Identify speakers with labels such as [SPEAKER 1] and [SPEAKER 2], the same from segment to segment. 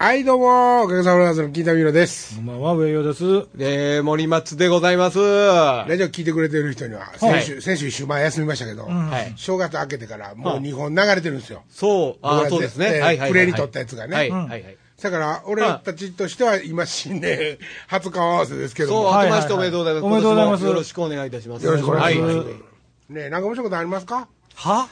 [SPEAKER 1] はい、どうも、おかげさまでの金田美ロです。
[SPEAKER 2] こんばんは、上洋です。
[SPEAKER 3] えー、森松でございます。
[SPEAKER 1] ラジオ聞いてくれてる人には、先週、先週一週前休みましたけど、
[SPEAKER 3] はい。
[SPEAKER 1] 正月明けてからもう2本流れてるんですよ。
[SPEAKER 3] そう、あ
[SPEAKER 1] 僕
[SPEAKER 3] ー
[SPEAKER 1] ら
[SPEAKER 3] そうです
[SPEAKER 1] えー
[SPEAKER 3] ね。はいはいはいはい。
[SPEAKER 1] プレイに撮ったやつがね
[SPEAKER 3] はいはいはい。
[SPEAKER 1] だから、俺たちとしては今新年 初顔合わせですけど
[SPEAKER 3] そう、
[SPEAKER 1] も、
[SPEAKER 2] はい
[SPEAKER 3] 明
[SPEAKER 2] はいはい
[SPEAKER 3] けましておめでとうございます。
[SPEAKER 2] おめでとうございます
[SPEAKER 3] 今年もよろしくお願いいたします。
[SPEAKER 1] よろしくお願いします。
[SPEAKER 3] は
[SPEAKER 1] ねえ、なんか面白いことありますか
[SPEAKER 3] は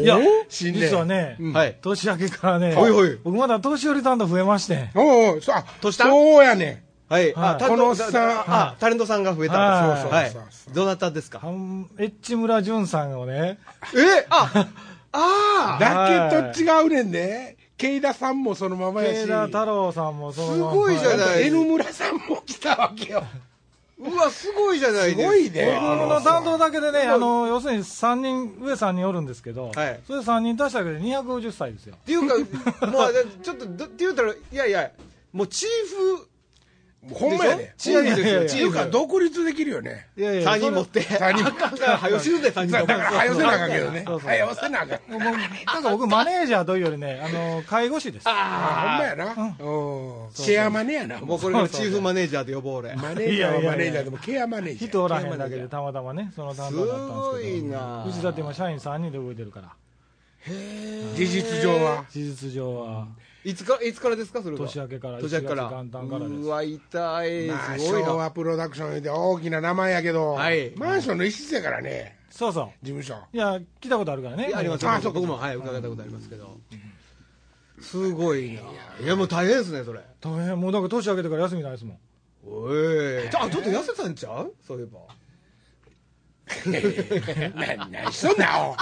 [SPEAKER 3] い
[SPEAKER 2] や、
[SPEAKER 1] 新年
[SPEAKER 2] 実はね、
[SPEAKER 3] はい。
[SPEAKER 2] 年明けからね、
[SPEAKER 3] ほいほい
[SPEAKER 2] 僕まだ年寄り担当増えまして、
[SPEAKER 1] おうおう、そう、あ、
[SPEAKER 3] 年下
[SPEAKER 1] そうやね
[SPEAKER 3] はい。
[SPEAKER 2] は
[SPEAKER 3] あ
[SPEAKER 2] い、
[SPEAKER 3] タレン
[SPEAKER 1] このお
[SPEAKER 3] ト
[SPEAKER 1] っさん
[SPEAKER 3] だあ、タレントさんが増えたんです。
[SPEAKER 1] は
[SPEAKER 3] はいい
[SPEAKER 1] そうそうそう。
[SPEAKER 3] どなたです
[SPEAKER 2] あ
[SPEAKER 3] か
[SPEAKER 2] んエッチ村淳さんをね、
[SPEAKER 3] え あ、あ
[SPEAKER 1] だけど違うねんね。ケイダさんもそのままやし。
[SPEAKER 2] 慶田太郎さんもその
[SPEAKER 3] すごいじゃない
[SPEAKER 1] エヌ村さんも来たわけよ。
[SPEAKER 3] ーうわ、すごいじゃない
[SPEAKER 1] す
[SPEAKER 3] ですか。
[SPEAKER 1] ごいね。
[SPEAKER 2] 僕の担当だけでね、あの、要するに3人、上3人おるんですけど、
[SPEAKER 3] はい
[SPEAKER 2] それ3人足しただけで250歳ですよ
[SPEAKER 3] っ。ていうか、 まあ、ちょっと、どって言うたら、いやいや、もうチーフ、
[SPEAKER 1] ほんまやね。
[SPEAKER 3] チーフです
[SPEAKER 2] いやいやい
[SPEAKER 3] よ、
[SPEAKER 2] や
[SPEAKER 3] チ
[SPEAKER 1] て
[SPEAKER 3] ー
[SPEAKER 1] いう
[SPEAKER 3] フ。
[SPEAKER 1] か、独立できるよね。
[SPEAKER 2] いやいや、
[SPEAKER 3] 3人持
[SPEAKER 2] も
[SPEAKER 3] って。
[SPEAKER 1] 三人持
[SPEAKER 3] あかんから、早死ぬで、3人
[SPEAKER 1] だ
[SPEAKER 3] 持
[SPEAKER 1] から、早せなあかんけどね。
[SPEAKER 2] そうそう
[SPEAKER 1] 早せなあかん。
[SPEAKER 2] もうなんか僕、マネージャーというよりね、あの、介護士です。
[SPEAKER 1] ほんま
[SPEAKER 3] あ
[SPEAKER 1] やな。うん。シェアマネやな。
[SPEAKER 3] あ、も
[SPEAKER 1] も
[SPEAKER 3] うこれからチーフマネージャーで呼ぼう、俺。
[SPEAKER 1] うマネージャー
[SPEAKER 2] いやいやい
[SPEAKER 1] は
[SPEAKER 2] や
[SPEAKER 1] マネージャーでも、ケアマネージャ
[SPEAKER 2] 人
[SPEAKER 1] ー。
[SPEAKER 2] おらへんだけで、たまたまね、その担当だったんですけど、
[SPEAKER 3] すごいな
[SPEAKER 2] うちだって今、社員3人で動いてるから、
[SPEAKER 1] 事実上は。
[SPEAKER 2] 事実上は、
[SPEAKER 3] いつから、いつからですか、それが
[SPEAKER 2] 年明けから、
[SPEAKER 3] 年明けか
[SPEAKER 2] 1
[SPEAKER 3] ら
[SPEAKER 2] 月元旦からです
[SPEAKER 3] う。わ、痛い。
[SPEAKER 1] まあ、
[SPEAKER 3] すご
[SPEAKER 1] 昭
[SPEAKER 3] いな。
[SPEAKER 1] 和プロダクション言うて大きな名前やけど、
[SPEAKER 3] はい
[SPEAKER 1] マンションの一室やからね、
[SPEAKER 2] そうそ
[SPEAKER 1] 事務所。
[SPEAKER 2] う。いや、来たことあるからね
[SPEAKER 3] い。やあります
[SPEAKER 1] あ
[SPEAKER 3] よ
[SPEAKER 1] そうか
[SPEAKER 3] 僕も、はい、伺ったことありますけど。すごいな。いや、もう大変ですね、それ。
[SPEAKER 2] 大変、もうなんか年明けてから休みないですもん。
[SPEAKER 3] おい。あ、ちょっと痩せたんちゃうそういえば。
[SPEAKER 1] な、なにしとんねん、 青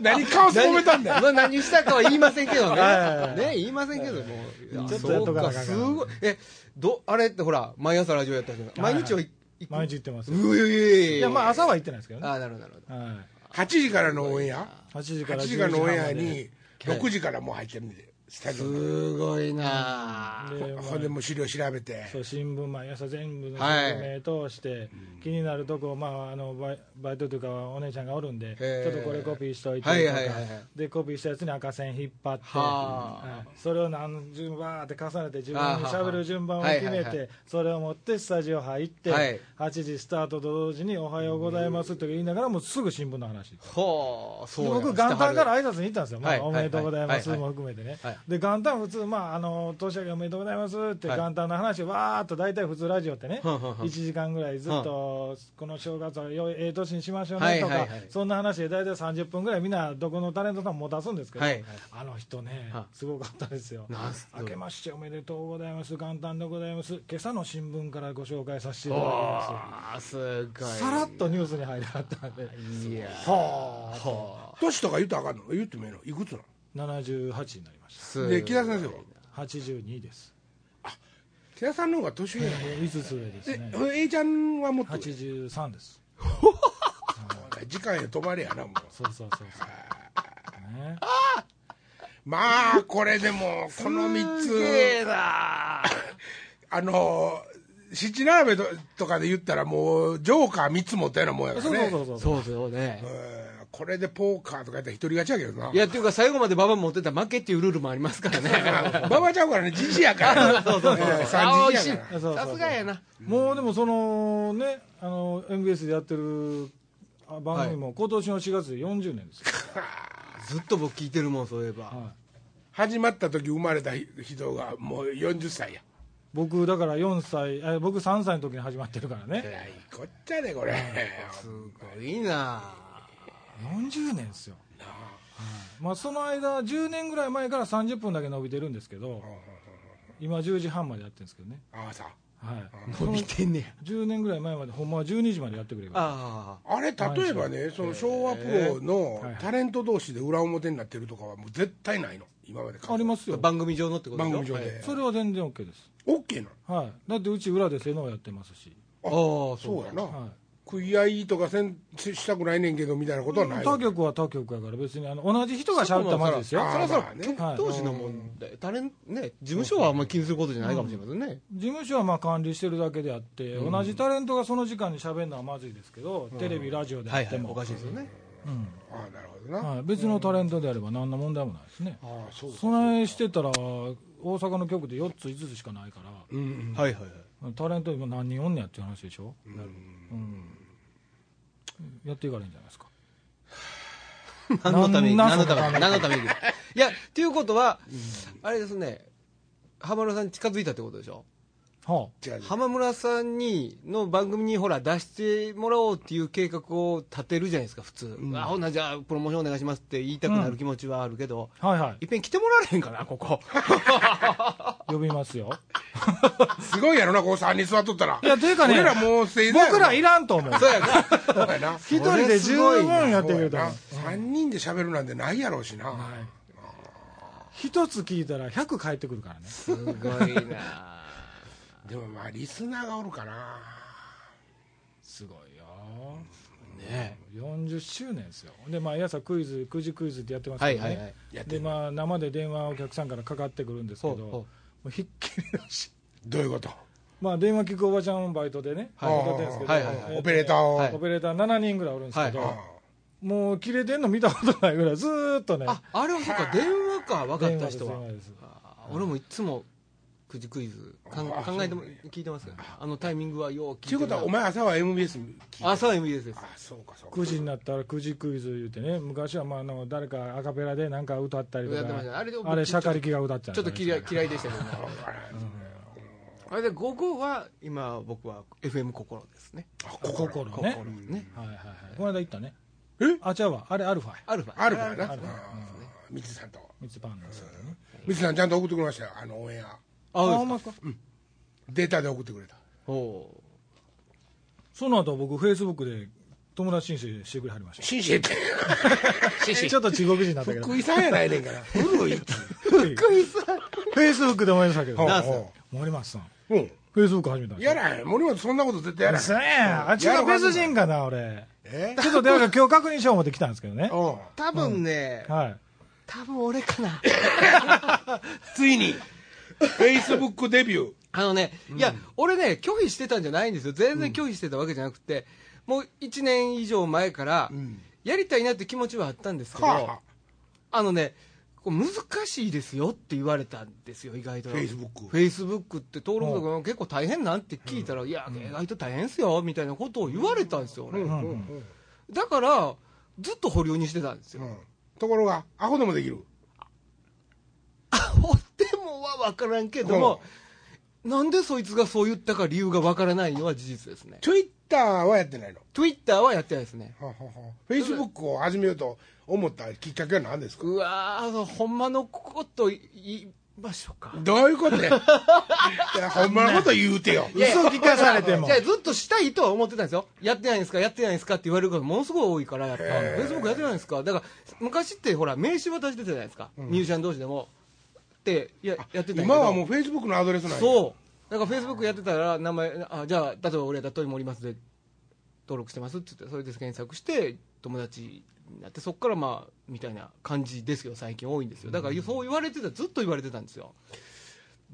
[SPEAKER 1] 何顔すぼめたんだよ。
[SPEAKER 3] まあ、何したかは言いませんけ どね
[SPEAKER 2] は。い
[SPEAKER 3] ね、言いませんけどもういや。
[SPEAKER 2] ちょっとやっとかなあかん
[SPEAKER 3] そうすごい。え、ど、あれってほら、毎朝ラジオやったじゃない
[SPEAKER 2] はい
[SPEAKER 3] 毎日は行く
[SPEAKER 2] 毎日行ってますよ。
[SPEAKER 3] うえ
[SPEAKER 2] いや、まあ、朝は行ってないですけどね。は
[SPEAKER 3] あ、なるほど、なるほど。
[SPEAKER 1] 8時からのオンエア、
[SPEAKER 2] い。8時か
[SPEAKER 1] 8
[SPEAKER 2] ら10
[SPEAKER 1] 時
[SPEAKER 2] 時
[SPEAKER 1] からのオンエ
[SPEAKER 2] 半ま
[SPEAKER 1] ア
[SPEAKER 2] で
[SPEAKER 1] に、6時からもう入ってるんで、スタジオに。
[SPEAKER 3] すごいなあ
[SPEAKER 2] でまあ
[SPEAKER 1] ほんでもう資料調べて、
[SPEAKER 2] そう新聞毎朝全部の
[SPEAKER 3] はい
[SPEAKER 2] 説明通して、気になるとこ、まあ、あのバイバイトというかお姉ちゃんがおるんで
[SPEAKER 3] へ
[SPEAKER 2] ち
[SPEAKER 3] ー
[SPEAKER 2] ょっとこれコピーしといてとか、
[SPEAKER 3] はいはいはいはい
[SPEAKER 2] でコピーしたやつに赤線引っ張って、
[SPEAKER 3] はあ
[SPEAKER 2] はいそれを何順番って重ねて自分
[SPEAKER 3] あー
[SPEAKER 2] に
[SPEAKER 3] は
[SPEAKER 2] し
[SPEAKER 3] あ
[SPEAKER 2] ゃべる順番を決めて、
[SPEAKER 3] はいはいはい
[SPEAKER 2] それを持ってスタジオ入って、
[SPEAKER 3] はい
[SPEAKER 2] 8時スタートと同時に「おはようございます」と言いながらもうすぐ新聞の話。
[SPEAKER 3] ほう、そう
[SPEAKER 2] で
[SPEAKER 3] や
[SPEAKER 2] 僕、元旦から
[SPEAKER 3] はい
[SPEAKER 2] 挨拶に行ったんですよ、まあ
[SPEAKER 3] はい
[SPEAKER 2] おめでとうございます
[SPEAKER 3] はい
[SPEAKER 2] も含めてね、
[SPEAKER 3] はい
[SPEAKER 2] で元旦、普通、まああの、年明けおめでとうございますって、
[SPEAKER 3] はい
[SPEAKER 2] 元旦の話、わーっと大体普通、ラジオってね、
[SPEAKER 3] はんはんはん
[SPEAKER 2] 1時間ぐらいずっと、この正月はよいええ年にしましょう
[SPEAKER 3] は
[SPEAKER 2] ね
[SPEAKER 3] い
[SPEAKER 2] とか、
[SPEAKER 3] はいはい
[SPEAKER 2] そんな話で大体30分ぐらい、みんな、どこのタレントさんも出すんですけど、
[SPEAKER 3] はい
[SPEAKER 2] あの人ね
[SPEAKER 3] は、
[SPEAKER 2] すごかったですよ
[SPEAKER 3] なんす、
[SPEAKER 2] 明けましておめでとうございます、元旦でございます、今朝の新聞からご紹介させていただきます
[SPEAKER 3] あーすごい。
[SPEAKER 2] さらっとニュースに入りはったんで、
[SPEAKER 3] いや
[SPEAKER 2] はあ、
[SPEAKER 3] ほ
[SPEAKER 1] 年とか言うとあかんの言ってもいいのいくつな
[SPEAKER 2] 78になりました
[SPEAKER 3] う。。す
[SPEAKER 1] ので、木田先生は
[SPEAKER 2] 82です。
[SPEAKER 1] 木田さんの方が年上や
[SPEAKER 2] え5つ上ですね。
[SPEAKER 1] の。で、A ちゃんはもっと上、
[SPEAKER 2] 83です。
[SPEAKER 1] 時間へ止まれやな、もう。
[SPEAKER 2] そうそうそうそう。ね、
[SPEAKER 1] まあ、これでも、この3
[SPEAKER 3] す
[SPEAKER 1] つ
[SPEAKER 3] げ。えな
[SPEAKER 1] あの七並べととかで言ったらもうジョーカー3つ持ったようなもんやから
[SPEAKER 2] そう
[SPEAKER 1] ね
[SPEAKER 2] そうそうそう。
[SPEAKER 3] そうですよね。
[SPEAKER 1] うんこれでポーカーとかやったら一人勝ちやけどない
[SPEAKER 3] や、っていうか、最後までババ持ってたら負けっていうルールもありますからね。
[SPEAKER 1] ババちゃうからねじじやからそうそうそう3時やか
[SPEAKER 2] そうそうそう
[SPEAKER 3] さすがやな。
[SPEAKER 2] もうでもそのね、あの MBS でやってるあ番組も今年の4月で40年ですよ。
[SPEAKER 3] ずっと僕聞いてるもん、そういえば。
[SPEAKER 2] はい
[SPEAKER 1] ら始まった時生まれた人がもう40歳や
[SPEAKER 2] 僕だから4歳、あ僕3歳の時に始まってるから
[SPEAKER 1] え
[SPEAKER 2] ね。
[SPEAKER 1] らいこっちゃねこれ
[SPEAKER 3] すごいな
[SPEAKER 2] 40年ですよ。はいまあ、その間、10年ぐらい前から30分だけ伸びてるんですけど、今、10時半までやってるんですけどね、
[SPEAKER 1] ああさ
[SPEAKER 2] はい、
[SPEAKER 3] 伸びてんねや。
[SPEAKER 2] 10年ぐらい前まで、ほんまは12時までやってくれば、
[SPEAKER 3] あ
[SPEAKER 1] あれ例えばねその昭和プロの
[SPEAKER 2] はいはい
[SPEAKER 1] タレント同士で裏表になってるとかはもう絶対ないの今まで
[SPEAKER 2] ありますす
[SPEAKER 3] あ。
[SPEAKER 2] よ、
[SPEAKER 3] 番組上のってことでしょ
[SPEAKER 1] 番組上で
[SPEAKER 3] はい
[SPEAKER 2] それは全然 OK です、
[SPEAKER 1] OK な
[SPEAKER 2] はい、だってうち裏で性能やってますし、
[SPEAKER 3] ああ、
[SPEAKER 1] そ
[SPEAKER 3] そう
[SPEAKER 1] うや
[SPEAKER 3] や
[SPEAKER 1] な、
[SPEAKER 3] な。
[SPEAKER 2] は
[SPEAKER 1] 食い合いとかせんししたくないねんけどみたいなことはない
[SPEAKER 2] い、他局は他局やから、別にあの同じ人がしゃべったまでですよ、
[SPEAKER 1] あ
[SPEAKER 3] そらそ
[SPEAKER 1] まあ
[SPEAKER 3] ら、
[SPEAKER 1] ね
[SPEAKER 2] はい
[SPEAKER 3] 当時の問題、タレンね、事務所はあんまり気にすることじゃないかもしれませんね。
[SPEAKER 2] 事務所はまあ管理してるだけであって、同じタレントがその時間にしゃべるのはまずいですけど、テレビ、ラジオであ
[SPEAKER 3] はい
[SPEAKER 2] っ
[SPEAKER 3] は
[SPEAKER 2] て
[SPEAKER 3] い、
[SPEAKER 2] も、
[SPEAKER 3] おかしいですよね。
[SPEAKER 2] うん
[SPEAKER 1] ああなるほどな、あ
[SPEAKER 2] はい、別のタレントであれば何の問題もないですね、
[SPEAKER 1] あそうか
[SPEAKER 2] 備えしてたら、大阪の局で4つ、5つしかないから、
[SPEAKER 1] うんうん
[SPEAKER 3] はいはいはい
[SPEAKER 2] タレント今何人おんねやっていう話でしょ、
[SPEAKER 1] なる
[SPEAKER 2] やっていかれるんじゃないですか。
[SPEAKER 3] 何のために
[SPEAKER 2] な
[SPEAKER 3] 何
[SPEAKER 2] んなん
[SPEAKER 3] のため
[SPEAKER 2] そ
[SPEAKER 3] に何のために いやっていうことは、あれですね浜村さんに近づいたってことでしょ
[SPEAKER 2] は
[SPEAKER 1] ほど違う違う
[SPEAKER 3] 浜村さんにの番組にほら出してもらおうっていう計画を立てるじゃないですか普通、あほなじゃあプロモーションお願いしますって言いたくなる気持ちはあるけど、
[SPEAKER 2] あ、はいはい
[SPEAKER 3] いっぺん来てもらえへんかなここ
[SPEAKER 2] 呼びますよ。
[SPEAKER 1] すごいやろなこう3人座っとったら
[SPEAKER 2] いや、ていうかね
[SPEAKER 1] 俺らもう正座やろ
[SPEAKER 2] 僕らいらんと思う。
[SPEAKER 3] そうやな
[SPEAKER 1] そうやな
[SPEAKER 2] 一人で十分やってくれたら。
[SPEAKER 1] 3人で喋るなんてないやろうしな、
[SPEAKER 2] はい一つ聞いたら100返ってくるからね。
[SPEAKER 3] すごいな
[SPEAKER 1] でもまあリスナーがおるかな
[SPEAKER 2] すごいよ。
[SPEAKER 3] ね
[SPEAKER 2] 40周年ですよ。で、まあ、朝クイズ、9時クイズってやってます
[SPEAKER 3] は
[SPEAKER 2] け
[SPEAKER 3] い
[SPEAKER 2] ど
[SPEAKER 3] はいは
[SPEAKER 2] ね
[SPEAKER 3] い。
[SPEAKER 1] やって
[SPEAKER 2] で、
[SPEAKER 1] んの
[SPEAKER 2] まあ、生で電話お客さんからかかってくるんですけ
[SPEAKER 3] ほう
[SPEAKER 2] ど、
[SPEAKER 3] ほ
[SPEAKER 2] もうひっきりなし。
[SPEAKER 1] どういうこと
[SPEAKER 2] まあ、電話聞くおばちゃんバイトでね、
[SPEAKER 1] はい
[SPEAKER 2] やってるんですけど、
[SPEAKER 3] はいはいはい
[SPEAKER 2] えと
[SPEAKER 1] オペレーターを
[SPEAKER 3] はい
[SPEAKER 2] オペレーター7人ぐらいおるんですけど、
[SPEAKER 1] あ
[SPEAKER 2] もう切れてんの見たことないぐらい、ずーっとね、
[SPEAKER 3] ああれはそっか電話か分か
[SPEAKER 2] 電話
[SPEAKER 3] った
[SPEAKER 2] です
[SPEAKER 3] 人は
[SPEAKER 2] 電話です
[SPEAKER 3] あ俺もいつもくじクイズかん
[SPEAKER 1] あ
[SPEAKER 3] 考えても聞いてますよあのタイミングはよう聞い
[SPEAKER 1] あ
[SPEAKER 3] て
[SPEAKER 1] ちゅうことはお前朝は MBS 聞いてる
[SPEAKER 3] 朝は MBS です
[SPEAKER 1] あそうかそうか
[SPEAKER 2] 9時になったら9時クイズ言うてね、昔はまああの誰かアカペラでなんか歌ったりと
[SPEAKER 3] や
[SPEAKER 2] か
[SPEAKER 3] ってましたね、あれで
[SPEAKER 2] あれ、シャカリキが歌ってたん
[SPEAKER 3] ちょっと
[SPEAKER 2] ですよ
[SPEAKER 3] 嫌い嫌いでしたけどね あれで午後は今僕は FM 心ですね
[SPEAKER 1] あここ
[SPEAKER 2] 心ね、
[SPEAKER 3] ね
[SPEAKER 2] はいはいはい、この間行ったね、
[SPEAKER 1] え
[SPEAKER 2] あ、違うわ、あれ、アルファや、
[SPEAKER 3] アルファ
[SPEAKER 1] あるからな
[SPEAKER 3] あ
[SPEAKER 1] あ
[SPEAKER 3] る
[SPEAKER 1] ーみつさんと
[SPEAKER 2] ミツパンのですけどね、
[SPEAKER 1] みつさんちゃんと送ってくれましたよあのオンエア
[SPEAKER 2] あ
[SPEAKER 3] あ
[SPEAKER 2] ほん
[SPEAKER 3] ま
[SPEAKER 2] まか、
[SPEAKER 1] データで送ってくれた
[SPEAKER 3] ほう
[SPEAKER 2] その後僕、フェイスブックで友達申請してくれはりました。
[SPEAKER 1] 紳士って
[SPEAKER 2] ちょっと中国人だったけど、フ
[SPEAKER 1] 福井さんやないねんから古いって
[SPEAKER 3] クイズ
[SPEAKER 2] ェイスブックで思いましたけど、
[SPEAKER 3] なんす
[SPEAKER 1] ほ
[SPEAKER 2] 森松さん、
[SPEAKER 1] ううん
[SPEAKER 2] フェイスブック始めたんですよ
[SPEAKER 1] やらへん森本そんなこと絶対やらへ
[SPEAKER 2] せ
[SPEAKER 1] ん
[SPEAKER 2] えあっちが別人かな、俺。
[SPEAKER 1] え
[SPEAKER 2] ちょっと電話が今日確認しよう思って来たんですけどね。
[SPEAKER 1] うん
[SPEAKER 3] 多分ね、
[SPEAKER 2] はい。
[SPEAKER 3] 多分俺かな
[SPEAKER 1] ついにフェイスブックデビュー
[SPEAKER 3] あのね、いや俺ね拒否してたんじゃないんですよ全然拒否してたわけじゃなくて、もう1年以上前から、
[SPEAKER 1] ん
[SPEAKER 3] やりたいなって気持ちはあったんですけど、
[SPEAKER 1] は
[SPEAKER 3] あのね、こう難しいですよって言われたんですよ、意外と。
[SPEAKER 1] フェイスブック
[SPEAKER 3] フェイスブックって登録とか結構大変なんって聞いたら、いや、意外と大変ですよ、みたいなことを言われたんですよ、俺。
[SPEAKER 1] あうん
[SPEAKER 3] だから、ずっと保留にしてたんですよ。
[SPEAKER 1] うんところがアホでもできる
[SPEAKER 3] ほでもは分からんけども、なんでそいつがそう言ったか理由が分からないのは事実ですね。
[SPEAKER 1] ツイッターはやってないの
[SPEAKER 3] Twitter はやってないですね。
[SPEAKER 1] フェイスブックを始めようと思ったきっかけは何ですか
[SPEAKER 3] うわー、そのほんまのこと言いましょうか。
[SPEAKER 1] どういうこと やいやほんまのこと言うてよ
[SPEAKER 3] いやいや
[SPEAKER 2] 嘘聞かされても
[SPEAKER 3] いやずっとしたいとは思ってたんですよ。やってないんですかやってないんですかって言われることものすごい多いから、やっぱ。フェイスブックやってないんですかだから、昔ってほら、名刺渡してたじゃないですか。ミュージシャン同士でも。って、いや、やってたんやけど
[SPEAKER 1] 今はもうフェイスブックのアドレスなんや
[SPEAKER 3] そう。なんかフェイスブックやってたら、名前、あ、じゃあ、例えば俺やったら、トイモリマスで登録してますって言って、それで検索して、友達になって、そっからまあ、みたいな感じですよ、最近多いんですよ。だから、そう言われてた、ずっと言われてたんですよ。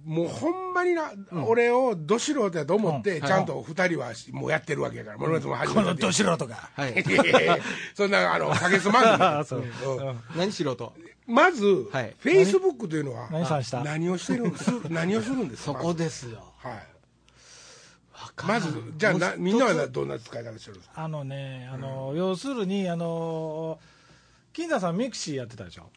[SPEAKER 1] もうほんまにな、俺をど素人やと思って、
[SPEAKER 3] うんはい
[SPEAKER 1] ちゃんと二人はもうやってるわけやから、森松も始
[SPEAKER 2] こ
[SPEAKER 1] め
[SPEAKER 2] の
[SPEAKER 1] た
[SPEAKER 2] ど
[SPEAKER 1] て。
[SPEAKER 2] 素人が。
[SPEAKER 3] はい。
[SPEAKER 1] いやいやいやそんな、あの、かげすま ん
[SPEAKER 2] そう
[SPEAKER 1] ね
[SPEAKER 2] うん
[SPEAKER 1] うん
[SPEAKER 3] 何しろと。
[SPEAKER 1] まず、
[SPEAKER 3] はい
[SPEAKER 1] フェイスブックというのは、
[SPEAKER 2] 何さんした
[SPEAKER 1] 何をしてるん です何をするんですか
[SPEAKER 3] そこですよ。
[SPEAKER 1] まずはい。
[SPEAKER 3] わから
[SPEAKER 1] ま
[SPEAKER 3] ん
[SPEAKER 1] ず、じゃあ
[SPEAKER 3] もう
[SPEAKER 1] な、
[SPEAKER 3] 一つ
[SPEAKER 1] みんなはどんな使い方してるんですか
[SPEAKER 2] あのね、あの、要するに、あの、金田さんミクシーやってたでしょ。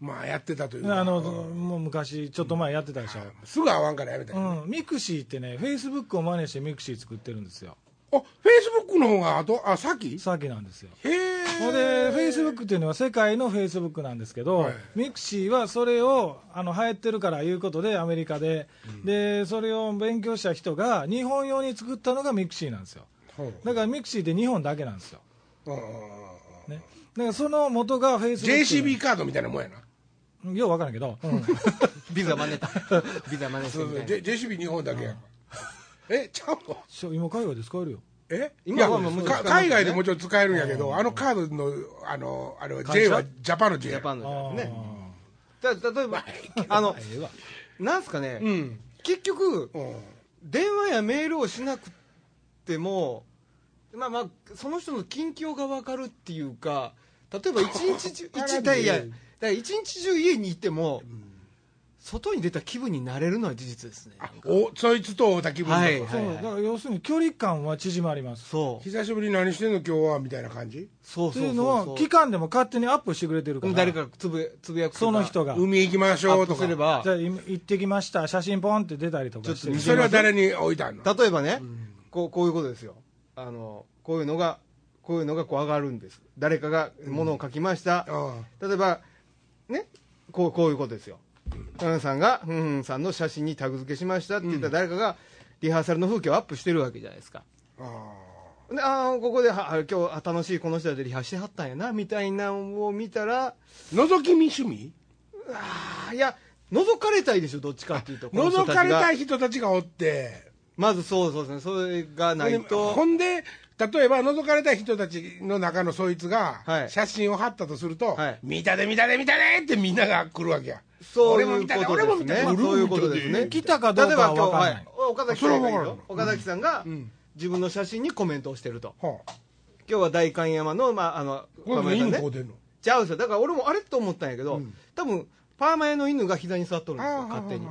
[SPEAKER 1] まあ、やってたというか
[SPEAKER 2] あの、
[SPEAKER 1] うん
[SPEAKER 2] もう昔、ちょっと前やってたでしょ。
[SPEAKER 1] すぐ合わんからやめたけ
[SPEAKER 2] う
[SPEAKER 1] どあ、
[SPEAKER 2] ん、ミクシーってね、フェイスブックを真似してミクシー作ってるんですよ。
[SPEAKER 1] フェイスブックの方が後、あ、先
[SPEAKER 2] さっきなんですよ。
[SPEAKER 1] へえ。
[SPEAKER 2] それで、フェイスブックっていうのは世界のフェイスブックなんですけど、
[SPEAKER 1] はい
[SPEAKER 2] ミクシーはそれをあの流行ってるからいうことで、アメリカで、で、それを勉強した人が、日本用に作ったのがミクシーなんですよ。
[SPEAKER 1] ほう
[SPEAKER 2] だからミクシーって日本だけなんですよ。
[SPEAKER 1] うんうんうんうん
[SPEAKER 2] ね、だからその元がフェイスブック
[SPEAKER 1] JCB カードみたいなもんやな。
[SPEAKER 2] よう分からんけど、
[SPEAKER 3] ビザ真似た。ビザ真似して
[SPEAKER 1] そう
[SPEAKER 3] み
[SPEAKER 1] そ
[SPEAKER 3] た
[SPEAKER 1] う、
[SPEAKER 3] いな
[SPEAKER 1] J- JCB 日本だけ やん。え、ちゃうの
[SPEAKER 2] しょ今海外で使えるよ
[SPEAKER 1] え
[SPEAKER 3] 今
[SPEAKER 1] いや
[SPEAKER 3] はもう
[SPEAKER 1] か
[SPEAKER 3] 使えますよね
[SPEAKER 1] 海外でもちろん使えるんやけど、あのカードの、あの、あれは J はジャパンの J
[SPEAKER 3] ジ
[SPEAKER 1] や
[SPEAKER 3] ャパン
[SPEAKER 2] あ
[SPEAKER 3] の
[SPEAKER 2] ー
[SPEAKER 3] ね。だ例えば、あの、なんすかね、
[SPEAKER 1] うん。
[SPEAKER 3] 結局、
[SPEAKER 1] うん
[SPEAKER 3] 電話やメールをしなくても、まあまあ、その人の近況が分かるっていうか、例えば一日中
[SPEAKER 1] ここから
[SPEAKER 3] 一いやいや
[SPEAKER 1] ね
[SPEAKER 3] だから一日中家にいても、外に出た気分になれるのは事実ですね
[SPEAKER 1] あおそいつと会うた気分だ
[SPEAKER 3] はい
[SPEAKER 2] そうだから要するに距離感は縮まります
[SPEAKER 3] そう
[SPEAKER 1] 久しぶりに何してんの今日はみたいな感じ
[SPEAKER 3] そう
[SPEAKER 2] と
[SPEAKER 3] そう
[SPEAKER 2] い
[SPEAKER 3] そうう
[SPEAKER 2] の
[SPEAKER 3] そ
[SPEAKER 2] は期間でも勝手にアップしてくれてるから
[SPEAKER 3] 誰かつぶつぶやくとか
[SPEAKER 2] その人が
[SPEAKER 1] 海行きまし
[SPEAKER 3] ア
[SPEAKER 1] ょ
[SPEAKER 3] ッ
[SPEAKER 1] うと
[SPEAKER 3] プ
[SPEAKER 1] か
[SPEAKER 3] すれば
[SPEAKER 2] じゃあ今行ってきました写真ポンって出たりとかし
[SPEAKER 3] ちょっと
[SPEAKER 2] て
[SPEAKER 3] 見
[SPEAKER 1] それは誰に置いたの
[SPEAKER 3] 例えばね、こうこういうことですよあのこういうのがこういうのがこう上がるんです誰かがものを書きました、
[SPEAKER 1] あ
[SPEAKER 3] 例えばねこうこういうことですよ田中さんがふんふんさんの写真にタグ付けしましたって言ったら誰かがリハーサルの風景をアップしてるわけじゃないですか
[SPEAKER 1] ああ
[SPEAKER 3] でああここではあ今日あ楽しいこの人らでリハしてはったんやなみたいなのを見たら
[SPEAKER 1] あ覗き見趣味
[SPEAKER 3] あーいや覗かれたいでしょどっちかっていうとこの人
[SPEAKER 1] 覗
[SPEAKER 3] た
[SPEAKER 1] か
[SPEAKER 3] ち
[SPEAKER 1] れ
[SPEAKER 3] が
[SPEAKER 1] たい人たちがおって
[SPEAKER 3] まずそうそうですねそれがない
[SPEAKER 1] ほ
[SPEAKER 3] と
[SPEAKER 1] んで例えば覗かれたい人たちの中のそいつ
[SPEAKER 3] は
[SPEAKER 1] が
[SPEAKER 3] い
[SPEAKER 1] 写真を貼ったとすると、
[SPEAKER 3] はい
[SPEAKER 1] 見たで見たで見たでってみんなが来るわけや
[SPEAKER 3] そうい
[SPEAKER 1] 俺
[SPEAKER 3] う
[SPEAKER 1] も
[SPEAKER 3] こと
[SPEAKER 1] 見た
[SPEAKER 3] です
[SPEAKER 1] で
[SPEAKER 3] ね
[SPEAKER 1] 俺も見たで
[SPEAKER 3] まあそういうことですね
[SPEAKER 2] 来たかどうかは分かんな
[SPEAKER 3] 例え
[SPEAKER 2] い
[SPEAKER 3] ば今日はい岡崎さんがいい
[SPEAKER 1] それは
[SPEAKER 3] よ
[SPEAKER 1] 分か
[SPEAKER 3] 岡崎さんが
[SPEAKER 1] ん
[SPEAKER 3] 自分の写真にコメントをしてると
[SPEAKER 1] はあ
[SPEAKER 3] 今日は代官山の、まあ、あの、
[SPEAKER 1] これ
[SPEAKER 3] パーマ
[SPEAKER 1] も
[SPEAKER 3] 屋さん
[SPEAKER 1] 犬
[SPEAKER 3] ね
[SPEAKER 1] こう出んの
[SPEAKER 3] ちゃうんですよ。だから俺もあれと思ったんやけど、多分、パーマ屋の犬が膝に座っとるんですよ、勝手に。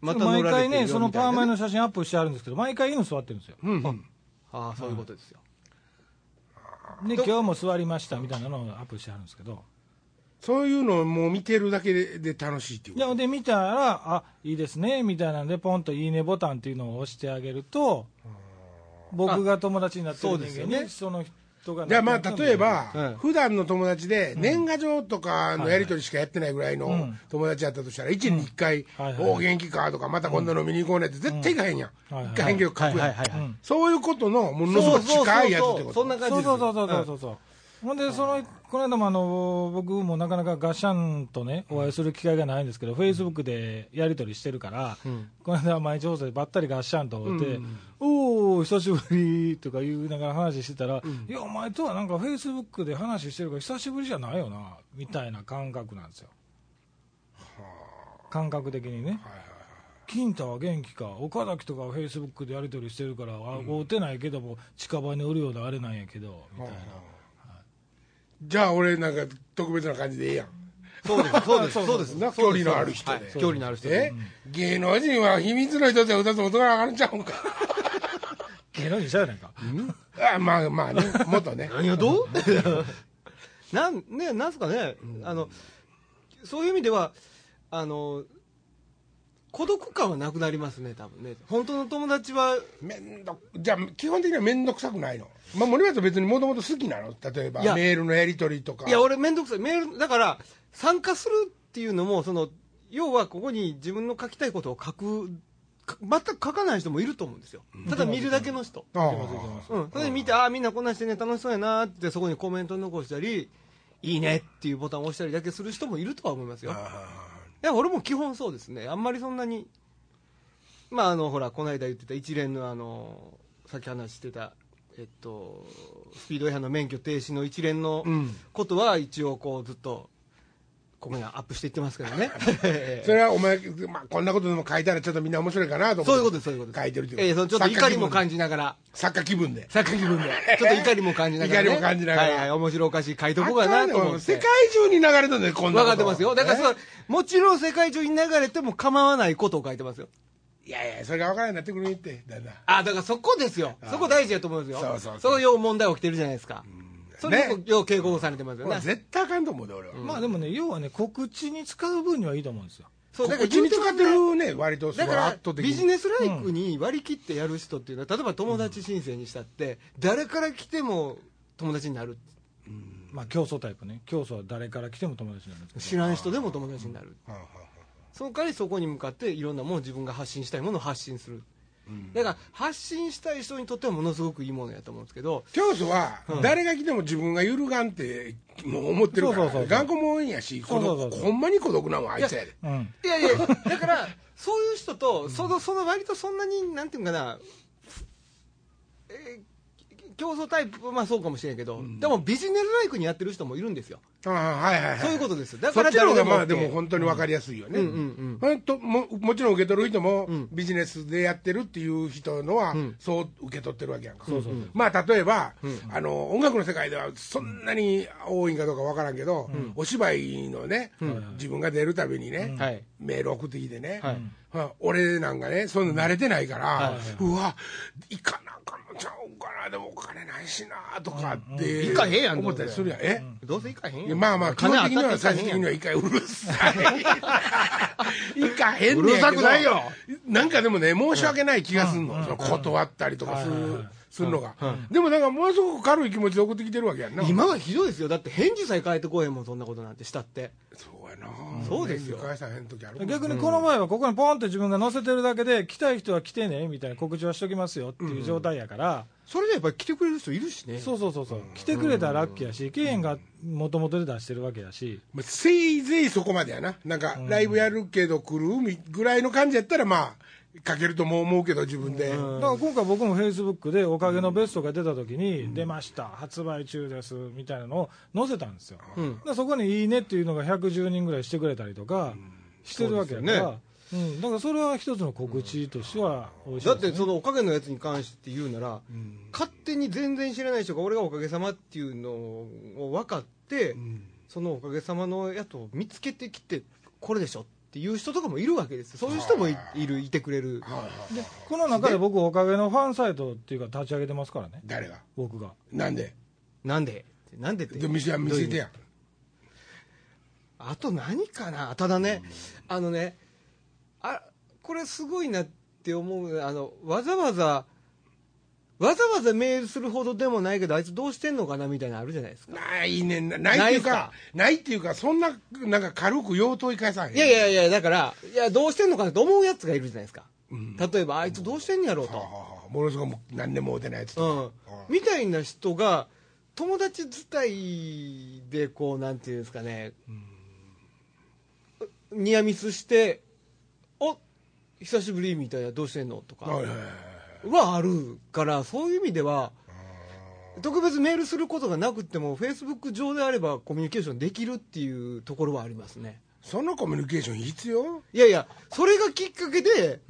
[SPEAKER 3] また乗
[SPEAKER 2] 毎
[SPEAKER 3] られて
[SPEAKER 2] 回
[SPEAKER 3] るよ
[SPEAKER 2] ね、その
[SPEAKER 3] みたいな
[SPEAKER 2] パーマ屋の写真アップしてあるんですけど、毎回犬座ってるんですよ、
[SPEAKER 1] うんうん
[SPEAKER 3] ああ、そういうことですよ。
[SPEAKER 2] で今日も座りましたみたいなのをアップしてあるんですけど、
[SPEAKER 1] そういうのをもう見てるだけでで楽しいっていう
[SPEAKER 2] いやで見たら、あいいですねみたいなんで、ポンといいねボタンっていうのを押してあげると、僕が友達になってる
[SPEAKER 3] あそうです
[SPEAKER 2] 人
[SPEAKER 3] よ
[SPEAKER 2] 間
[SPEAKER 3] ね
[SPEAKER 2] に、その人がなってる
[SPEAKER 1] じゃあまあ例え
[SPEAKER 3] うん
[SPEAKER 1] ば、普段の友達で、年賀状とかのやり取りしかやってないぐらいの友達やったとしたら、1年に1回
[SPEAKER 2] はい、はい
[SPEAKER 1] お元気かとか、また今度飲みに行こうねって、絶対行かへんやん
[SPEAKER 2] うんはい。はい
[SPEAKER 1] 行かへんけど書くやん。
[SPEAKER 3] い
[SPEAKER 2] うん
[SPEAKER 1] そういうことの、ものす
[SPEAKER 3] そ
[SPEAKER 1] ご
[SPEAKER 3] う
[SPEAKER 1] く
[SPEAKER 3] そうそ
[SPEAKER 1] 近
[SPEAKER 3] う
[SPEAKER 1] いやつって
[SPEAKER 3] そう。
[SPEAKER 1] こと
[SPEAKER 3] そん。な感じ
[SPEAKER 2] そう
[SPEAKER 3] です
[SPEAKER 2] そ
[SPEAKER 3] よ。
[SPEAKER 2] うそうそうそうそうそう、ほんでそのこの間もあの僕もなかなかガシャンとねお会いする機会がないんですけど、フェイスブックでやり取りしてるから、この間毎日放送でばったりガシャンと会って、おお久しぶりとか言いながら話してたら、いやお前とはなんかフェイスブックで話してるから久しぶりじゃないよなみたいな感覚なんですよ感覚的にね、金太は元気か岡崎とかはフェイスブックでやり取りしてるから、あ会うてないけども近場におるようなあれなんやけどみたいな、
[SPEAKER 1] じゃあ俺なんか特別な感じでええやん。
[SPEAKER 3] そうです、そうです、そうです。
[SPEAKER 1] な
[SPEAKER 3] そうです
[SPEAKER 1] 距離のある人で
[SPEAKER 3] はい距離のある人
[SPEAKER 1] え
[SPEAKER 3] で。
[SPEAKER 1] 芸能人は秘密の一つや二つ大人が上がるんちゃうんか。
[SPEAKER 2] 芸能人ちゃうやないか、
[SPEAKER 1] あまあまあね、もっとね。
[SPEAKER 3] 何がどう なん、ね、なんすかね、あの、そういう意味では、あの、孤独感はなくなりますね、多分ね。本当の友達は、
[SPEAKER 1] めんどじゃあ基本的には面倒くさくないの、まあ、森松は別にもともと好きなの例えば
[SPEAKER 3] いや
[SPEAKER 1] メールのやり取りとか
[SPEAKER 3] いや、俺、めんどくさい、メール、だから、参加するっていうのも、その要はここに自分の書きたいことを書く、か全く書かない人もいると思うんですよ、ただ見るだけの人、
[SPEAKER 1] ああ
[SPEAKER 3] うん、それで見て、ああ、みんなこんなんしてね、楽しそうやなって、そこにコメント残したり、いいねっていうボタンを押したりだけする人もいるとは思いますよ、いや、俺も基本そうですね、あんまりそんなに、まあ、あのほら、この間言ってた一連の、あのさっき話してた、えっと、スピード違反の免許停止の一連の、
[SPEAKER 1] うん、
[SPEAKER 3] ことは一応こうずっとここにはアップしていってますけどね
[SPEAKER 1] それはお前、まあ、こんなことでも書いたらちょっとみんな面白いかなと思って
[SPEAKER 3] そういうことですそういうことです
[SPEAKER 1] 書いてるっていう
[SPEAKER 3] ええそのちょっと怒りも感
[SPEAKER 1] じ
[SPEAKER 3] じながら
[SPEAKER 1] 作家気分で
[SPEAKER 3] 作家気分でちょっと怒りも感じながら、ね、
[SPEAKER 1] 怒りも感じながら
[SPEAKER 3] はいはい面白おかしい書いとこうか
[SPEAKER 1] あかん
[SPEAKER 3] な
[SPEAKER 1] ね
[SPEAKER 3] と思っ
[SPEAKER 1] 世
[SPEAKER 3] て
[SPEAKER 1] 界中に流れてるんだよこんなこ
[SPEAKER 3] 分
[SPEAKER 1] と
[SPEAKER 3] かってますよだからそ
[SPEAKER 1] ね
[SPEAKER 3] のもちろん世界中に流れても構わないことを書いてますよ
[SPEAKER 1] いやいやそれが分からないなってくるってだんだん
[SPEAKER 3] あだからそこですよそこ大事だと思いますよ
[SPEAKER 1] そうそうそう
[SPEAKER 3] こよう問題起きてるじゃないですかそれ
[SPEAKER 1] ね
[SPEAKER 3] によう警告されてますよ
[SPEAKER 1] 俺
[SPEAKER 3] ね
[SPEAKER 1] 絶対あかんと思うで俺は、
[SPEAKER 2] まあでもね要はね告知に使う分にはいいと思うんですよ
[SPEAKER 3] そうだ
[SPEAKER 1] だ
[SPEAKER 3] か
[SPEAKER 1] からら
[SPEAKER 3] 言
[SPEAKER 1] に
[SPEAKER 3] うて
[SPEAKER 1] 使
[SPEAKER 3] ます
[SPEAKER 1] って
[SPEAKER 3] ね
[SPEAKER 1] るね割とそ
[SPEAKER 3] だ
[SPEAKER 1] こ
[SPEAKER 3] か
[SPEAKER 1] は
[SPEAKER 3] ら
[SPEAKER 1] 圧倒的
[SPEAKER 3] ビジ
[SPEAKER 1] に
[SPEAKER 3] ネスライクに割り切ってやる人っていうのは、例えば友達申請にしたって、誰から来ても友達になる、
[SPEAKER 2] まあ競争タイプね競争は誰から来ても友達になるんですけ
[SPEAKER 3] 知らん人でも友達になる、
[SPEAKER 1] はあは
[SPEAKER 3] その代わりそこに向かっていろんなものを自分が発信したいものを発信する、だから発信したい人にとってはものすごくいいものやと思うんですけど、
[SPEAKER 1] 教祖は誰が来ても自分が揺るがんってもう思ってるか
[SPEAKER 2] そう
[SPEAKER 1] ら
[SPEAKER 2] そうそうそう
[SPEAKER 1] 頑固も多いんやし
[SPEAKER 2] そうそうそう
[SPEAKER 1] 孤独ほんまに孤独なもんあいつやで
[SPEAKER 2] どうん
[SPEAKER 3] いやいや、だから、そういう人と、その、その割とそんなに、なんていうのかな、えー競争タイプはまあそうかもしれんけど、でもビジネスライクにやってる人もいるんですよ。
[SPEAKER 1] あはいはいはい
[SPEAKER 3] そういうことですよだ
[SPEAKER 1] そ
[SPEAKER 3] か
[SPEAKER 1] っ
[SPEAKER 3] ら
[SPEAKER 1] ちの方がまあ
[SPEAKER 3] OK
[SPEAKER 1] でも本当に分かりやすいよね、
[SPEAKER 3] うんうんうん
[SPEAKER 1] ほんとももちろん受け取る人も
[SPEAKER 3] ん
[SPEAKER 1] ビジネスでやってるっていう人のは
[SPEAKER 3] ん
[SPEAKER 1] そう受け取ってるわけやんか、まあ例えば、あの音楽の世界ではそんなに多いんかどうか分からんけど、お芝居のね、自分が出るたびにね、
[SPEAKER 3] はい。
[SPEAKER 1] メール送ってきてね、
[SPEAKER 3] はい
[SPEAKER 1] うん俺なんかね、そんな慣れてないから、うわ、行かなあかんのちゃうんかな、でもお金ないしなとかって、
[SPEAKER 3] 行かへんやん
[SPEAKER 1] 思ったりするやん、え、
[SPEAKER 3] どうせ行かへん
[SPEAKER 1] い
[SPEAKER 3] や
[SPEAKER 1] や
[SPEAKER 3] ん
[SPEAKER 1] まあまあ、基
[SPEAKER 3] 金
[SPEAKER 1] 本
[SPEAKER 3] あっ
[SPEAKER 1] 的に
[SPEAKER 3] た
[SPEAKER 1] は
[SPEAKER 3] って行か
[SPEAKER 1] 最
[SPEAKER 3] へ
[SPEAKER 1] 終
[SPEAKER 3] んや
[SPEAKER 1] 的
[SPEAKER 3] ん
[SPEAKER 1] には一回うるさい。行かへんねんけど
[SPEAKER 3] うるさくないよ。
[SPEAKER 1] なんかでもね、申し訳ない気がするの。その断ったりとかする,、するのが、
[SPEAKER 3] は
[SPEAKER 1] でもなんかものすごく軽い気持ちで送ってきてるわけやんな。
[SPEAKER 3] 今はひどいですよ。だって返事さえ返ってこへんもん、そんなことなんてしたって。
[SPEAKER 1] そうやな。
[SPEAKER 3] そうですよ
[SPEAKER 1] 返さへん時あるもん
[SPEAKER 2] 逆にこの前はここにポンって自分が載せてるだけで、来たい人は来てねみたいな告知はしときますよっていう状態やから、
[SPEAKER 3] それでやっぱり来てくれる人いるしね。
[SPEAKER 2] そうそうそうそう、来てくれたらラッキーやし、経営がもともとで出してるわけやし、
[SPEAKER 1] まあ、せいぜいそこまでやな。なんか、ライブやるけど来るみぐらいの感じやったら、まあ、かけるとも思うけど、自分で。
[SPEAKER 2] だから今回、僕もフェイスブックで、おかげのベストが出たときに、出ました、発売中ですみたいなのを載せたんですよ、
[SPEAKER 3] うん
[SPEAKER 2] だからそこにいいねっていうのが110人ぐらいしてくれたりとかしてるわけやから、
[SPEAKER 3] そう
[SPEAKER 2] うんだからそれは一つの告知としては美味しい
[SPEAKER 3] だっ
[SPEAKER 2] ですね
[SPEAKER 3] てそのおかげのやつに関して言うなら、勝手に全然知らない人が俺がおかげさまっていうのを分かって、そのおかげさまのやつを見つけてきてこれでしょっていう人とかもいるわけですよそういう人もいいるいてくれる
[SPEAKER 2] でこの中で僕、おかげのファンサイトっていうか、立ち上げてますからね、
[SPEAKER 1] 誰が
[SPEAKER 2] 僕が。
[SPEAKER 1] なんで
[SPEAKER 3] なんでなんでって
[SPEAKER 1] で見せ見せてやん。
[SPEAKER 3] あと何かなただね、あのねあこれすごいなって思うあのわざわざわざわざメールするほどでもないけどあいつどうしてんのかなみたいなのあるじゃないですか
[SPEAKER 1] ないねんな。ないっていうか、ないっていうか、そんな、なんか軽く用途い返さへん。
[SPEAKER 3] いやいやいや、だから、いや、どうしてんのかなと思うやつがいるじゃないですか。例えば、あいつどうしてんのやろう
[SPEAKER 1] はあは
[SPEAKER 3] と。
[SPEAKER 1] あはあものすごく何年も会うてないやつ
[SPEAKER 3] う
[SPEAKER 1] と。
[SPEAKER 3] ん。みたいな人が、友達伝いで、こう、なんていうんですかね、ニアミスして、お久しぶりみたいな、どうしてんのと
[SPEAKER 1] はい
[SPEAKER 3] か、
[SPEAKER 1] はいはいはい
[SPEAKER 3] はあるから、そういう意味では、特別メールすることがなくても、Facebook 上であればコミュニケーションできるっていうところはありますね。
[SPEAKER 1] そのコミュニケーション必要
[SPEAKER 3] いやいや、それがきっかけで、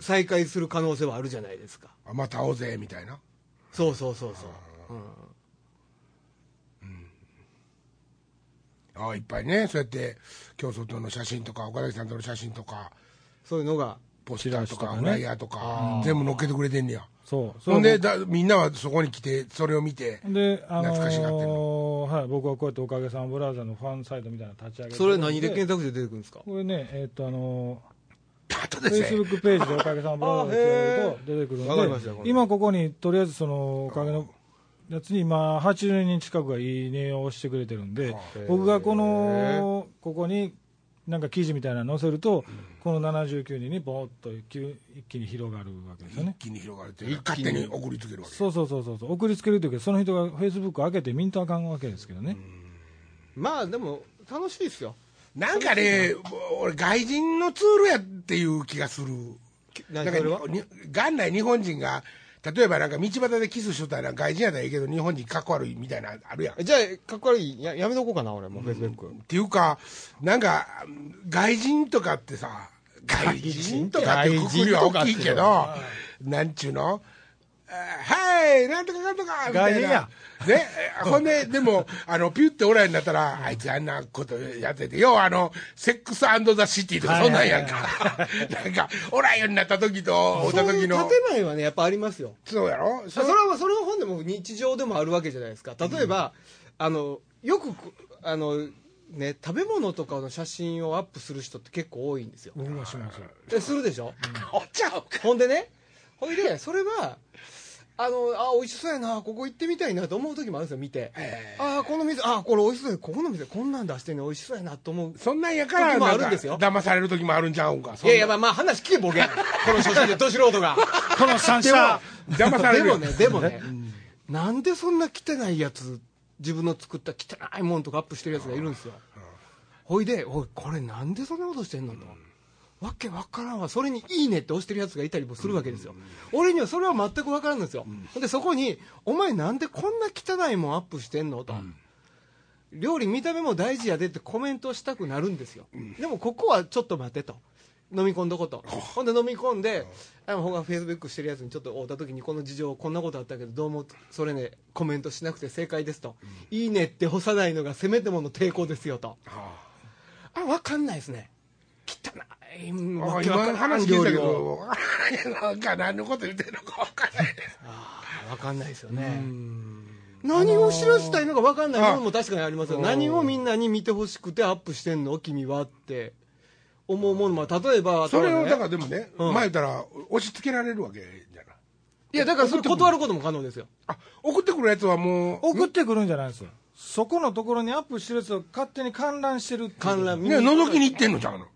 [SPEAKER 3] 再会する可能性はあるじゃないですか。
[SPEAKER 1] あまた会おうぜ、みたいな。
[SPEAKER 3] そうそうそうそう。
[SPEAKER 1] ああ、いっぱいね、そうやって、競争との写真とか、岡崎さんとの写真とか、
[SPEAKER 3] そういうのが、
[SPEAKER 1] ポスターと
[SPEAKER 2] チラシ
[SPEAKER 1] か、
[SPEAKER 2] とかね
[SPEAKER 1] フライヤーとか、全部載っけてくれてんねや。
[SPEAKER 2] そうそれ
[SPEAKER 1] ほ
[SPEAKER 2] は
[SPEAKER 1] んでだみんなはそこに来てそれを見て
[SPEAKER 2] で、あのー
[SPEAKER 1] 懐かしがってる
[SPEAKER 2] はい、僕はこうやって「おかげさんブラザー」のファンサイトみたいなの立ち上げて
[SPEAKER 3] それ何で検索して出てくるんですか
[SPEAKER 2] これねえっとあの
[SPEAKER 1] あと
[SPEAKER 2] フ
[SPEAKER 1] で
[SPEAKER 2] ェイス
[SPEAKER 1] すね
[SPEAKER 2] ブックページで「おかげさんブラザー」ってやると出てくる
[SPEAKER 3] わかりました
[SPEAKER 2] の
[SPEAKER 3] こ
[SPEAKER 2] で
[SPEAKER 3] れ
[SPEAKER 2] 今ここにとりあえずそのおかげのやつに今80人近くが「いいね」を押してくれてるんで僕がこのここになんか記事みたいなの載せるとこの79人にぼーっと一気一気に広がるわけですよね
[SPEAKER 1] 一気に広がるっていうか勝手に送りつけるわけ
[SPEAKER 2] そうそうそうそうそう送りつけるときはその人がフェイスブック開けて見んとあかんわけですけどね、
[SPEAKER 3] まあでも、楽しいですよ。
[SPEAKER 1] なんかね俺外人のツールやっていう気がするな
[SPEAKER 3] 何
[SPEAKER 1] んか
[SPEAKER 3] それは
[SPEAKER 1] に元来日本人が例えばなんか道端でキスしとったら外人やったらええけど日本人かっこ悪いみたいなのあるやんっ
[SPEAKER 3] じゃあ、かっこ悪い、ややめとこうかな、俺も、Facebook。
[SPEAKER 1] ていうかなんか外人とかってさ外人とかってくくりは大きいけどなんちゅうのあはい、なんとかなんとかみたいな。
[SPEAKER 2] 外人や
[SPEAKER 1] ね、ほんで、でも、あの、ピュっておらんになったら、あいつあんなことやってて、要はあの、セックスザ・シティとかそんなんやんか。 なんか、おらんようになった時と、おった
[SPEAKER 3] そういう建
[SPEAKER 1] 時の。
[SPEAKER 3] 前はね、やっぱありますよ。
[SPEAKER 1] そうやろ
[SPEAKER 3] それは、それは本でも日常でもあるわけじゃないですか。例えば、あの、よくこ、あの、ね、食べ物とかの写真をアップする人って結構多いんですよ。
[SPEAKER 2] 僕はします
[SPEAKER 3] えするでしょ
[SPEAKER 1] おっちゃうか。
[SPEAKER 3] ほんでね、ほいで、それは、あの、あ、美味しそうやな、ここ行ってみたいなと思う時もあるんですよ、見て。あ、この店、あ、これ美味しそうや、ここの店、こんなん出してんの美味しそうやなと思う。
[SPEAKER 1] そんなんやから、
[SPEAKER 3] 時も
[SPEAKER 1] な
[SPEAKER 3] あ
[SPEAKER 1] んか
[SPEAKER 3] るんですよ
[SPEAKER 1] 騙される時もあるんちゃうんか。そんな
[SPEAKER 3] いやいや、まあ、まあ、話聞け、ボケ。この初心者、ど素人が。
[SPEAKER 2] この三者
[SPEAKER 1] 騙され
[SPEAKER 3] で
[SPEAKER 1] るよ
[SPEAKER 3] もね、でもね、なんでそんな汚いやつ、自分の作った汚いもんとかアップしてるやつがいるんですよ。ほいで、おい、これなんでそんなことしてんのと。わけわからんわそれに「いいね」って押してるやつがいたりもするわけですよ、俺にはそれは全くわからんのですよ、でそこに「お前なんでこんな汚いもんアップしてんの?」と、料理見た目も大事やで」ってコメントしたくなるんですよ、でもここはちょっと待てと飲み込んどことほんで飲み込んであのほかフェイスブックしてるやつにちょっと会った時にこの事情こんなことあったけどどうもそれねコメントしなくて正解ですと「いいね」って干さないのがせめてもの抵抗ですよとあわかんないですね汚いうん
[SPEAKER 1] あ
[SPEAKER 3] わけわ
[SPEAKER 1] 今の
[SPEAKER 3] からん
[SPEAKER 1] 話聞いたけ
[SPEAKER 3] 料理を
[SPEAKER 1] ど わからんなんか何のこと言ってるのか分からない
[SPEAKER 3] あわかんないですよね何を知らせたいのかわかんないものも確かにありますよ何をみんなに見てほしくてアップしてんの君はって思うものも例えば
[SPEAKER 1] それを
[SPEAKER 3] ね
[SPEAKER 1] だからでもね、
[SPEAKER 3] うん
[SPEAKER 1] 前言ったら押し付けられるわけじゃない
[SPEAKER 3] いやだからそれ断ることも可能ですよ
[SPEAKER 1] あ送ってくるやつはもう
[SPEAKER 2] 送ってくるんじゃないんですよそこのところにアップしてるやつを勝手に観覧してるっていう
[SPEAKER 3] 観覧見
[SPEAKER 1] ね
[SPEAKER 3] に
[SPEAKER 1] 覗きに行ってんのちゃうの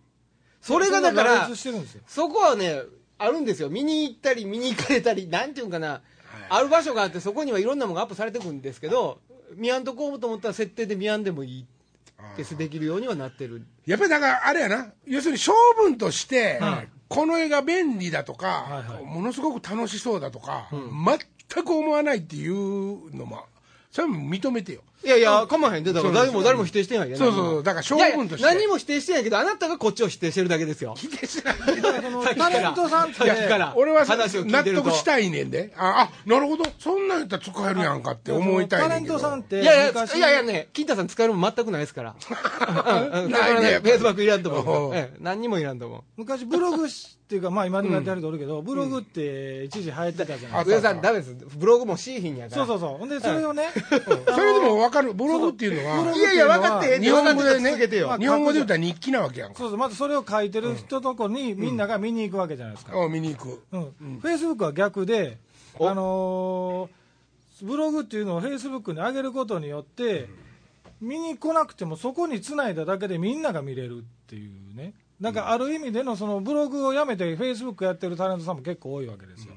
[SPEAKER 3] それがだか
[SPEAKER 2] 羅
[SPEAKER 3] ら
[SPEAKER 2] 列してるんですよ
[SPEAKER 3] そこはねあるんですよ見に行ったり見に行かれたりなんていうんかなある場所があってそこにはいろんなものがアップされてくるんですけど見やんとこうと思ったら設定で見やんでもいいですできるようにはなってる
[SPEAKER 1] やっぱりだからあれやな要するに性分として、この絵が便利だとか、
[SPEAKER 2] いはい
[SPEAKER 1] ものすごく楽しそうだとか、全く思わないっていうのもそれも認めてよ
[SPEAKER 3] いやいや、かまへんで、だから誰も、誰も否定してないや
[SPEAKER 1] そうそうそうだから性分として
[SPEAKER 3] 何も否定してないけど、あなたがこっちを否定してるだけですよ。
[SPEAKER 1] 否定しない
[SPEAKER 2] タレントさんって
[SPEAKER 3] さっきから。
[SPEAKER 1] 俺は
[SPEAKER 3] 話を聞
[SPEAKER 1] 納
[SPEAKER 3] いてると
[SPEAKER 1] 得したいねんでああなるほどそんなんやったら使えるやんかって思いたい
[SPEAKER 2] タ
[SPEAKER 1] ね
[SPEAKER 2] レ
[SPEAKER 1] ん
[SPEAKER 2] ン
[SPEAKER 1] けど
[SPEAKER 2] トさんって
[SPEAKER 3] いやいや、
[SPEAKER 2] 昔
[SPEAKER 3] いやいやね、金太さん使えるもん全くないです から。うんうんだから
[SPEAKER 1] ない
[SPEAKER 3] ね、
[SPEAKER 1] ね
[SPEAKER 3] フェイスバックいらんと思
[SPEAKER 1] お
[SPEAKER 3] う。
[SPEAKER 1] う
[SPEAKER 3] ええ何にもいらんと思う。
[SPEAKER 2] 昔ブログしっていうかまあ今でもやってはるとおるけど、ブログって一時流行ってたじゃないですか
[SPEAKER 1] あ
[SPEAKER 3] 上田さん、ダメです。ブログもしいひんやから。
[SPEAKER 2] そうそうそうほんでそれをね、
[SPEAKER 1] それでも分かるブログっていうの
[SPEAKER 2] ブロ
[SPEAKER 1] は
[SPEAKER 2] グ
[SPEAKER 3] いやいや、分かって、
[SPEAKER 1] 日本語で
[SPEAKER 3] 分かって続けてよ
[SPEAKER 1] ね日本語で言ったら日記なわけやんか
[SPEAKER 2] そうそうまずそれを書いてる人とこにみんなが見に行くわけじゃないですか、
[SPEAKER 1] あ見に行く
[SPEAKER 2] うんフェイスブックは逆で、
[SPEAKER 3] お
[SPEAKER 2] あのーブログっていうのをフェイスブックに上げることによって、見に来なくてもそこにつないだだけでみんなが見れるっていうね、なんかある意味でのそのブログをやめて、フェイスブックやってるタレントさんも結構多いわけですよ。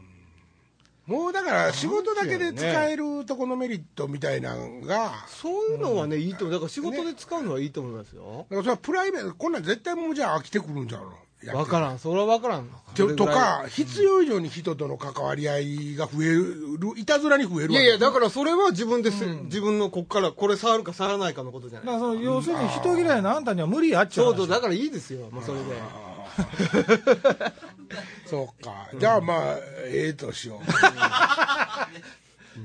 [SPEAKER 1] もうだから仕事だけで使えるとこのメリットみたいなのが
[SPEAKER 3] そういうのはね、いいと思う。だから仕事で使うのはいいと思いますよ
[SPEAKER 1] だ。からそれはプライベートこんなん絶対もうじゃあ飽きてくるんじゃうのやっ
[SPEAKER 3] 分からん。それは分からん。
[SPEAKER 1] てるとか必要以上に人との関わり合いが増えるいたずらに増える
[SPEAKER 3] い
[SPEAKER 1] わ
[SPEAKER 3] や
[SPEAKER 1] け
[SPEAKER 3] いや、だからそれは自分です、自分のこっからこれ触るか触らないかのことじゃ
[SPEAKER 2] だか
[SPEAKER 3] な
[SPEAKER 2] ら
[SPEAKER 3] い。
[SPEAKER 2] その要するに人嫌いなあんたには無理やっち
[SPEAKER 3] ち
[SPEAKER 2] ゃ
[SPEAKER 3] ょ
[SPEAKER 2] う
[SPEAKER 3] うど
[SPEAKER 2] 話
[SPEAKER 3] だからいいですよ、もうそれで。
[SPEAKER 1] そうかじゃあまあええとしよ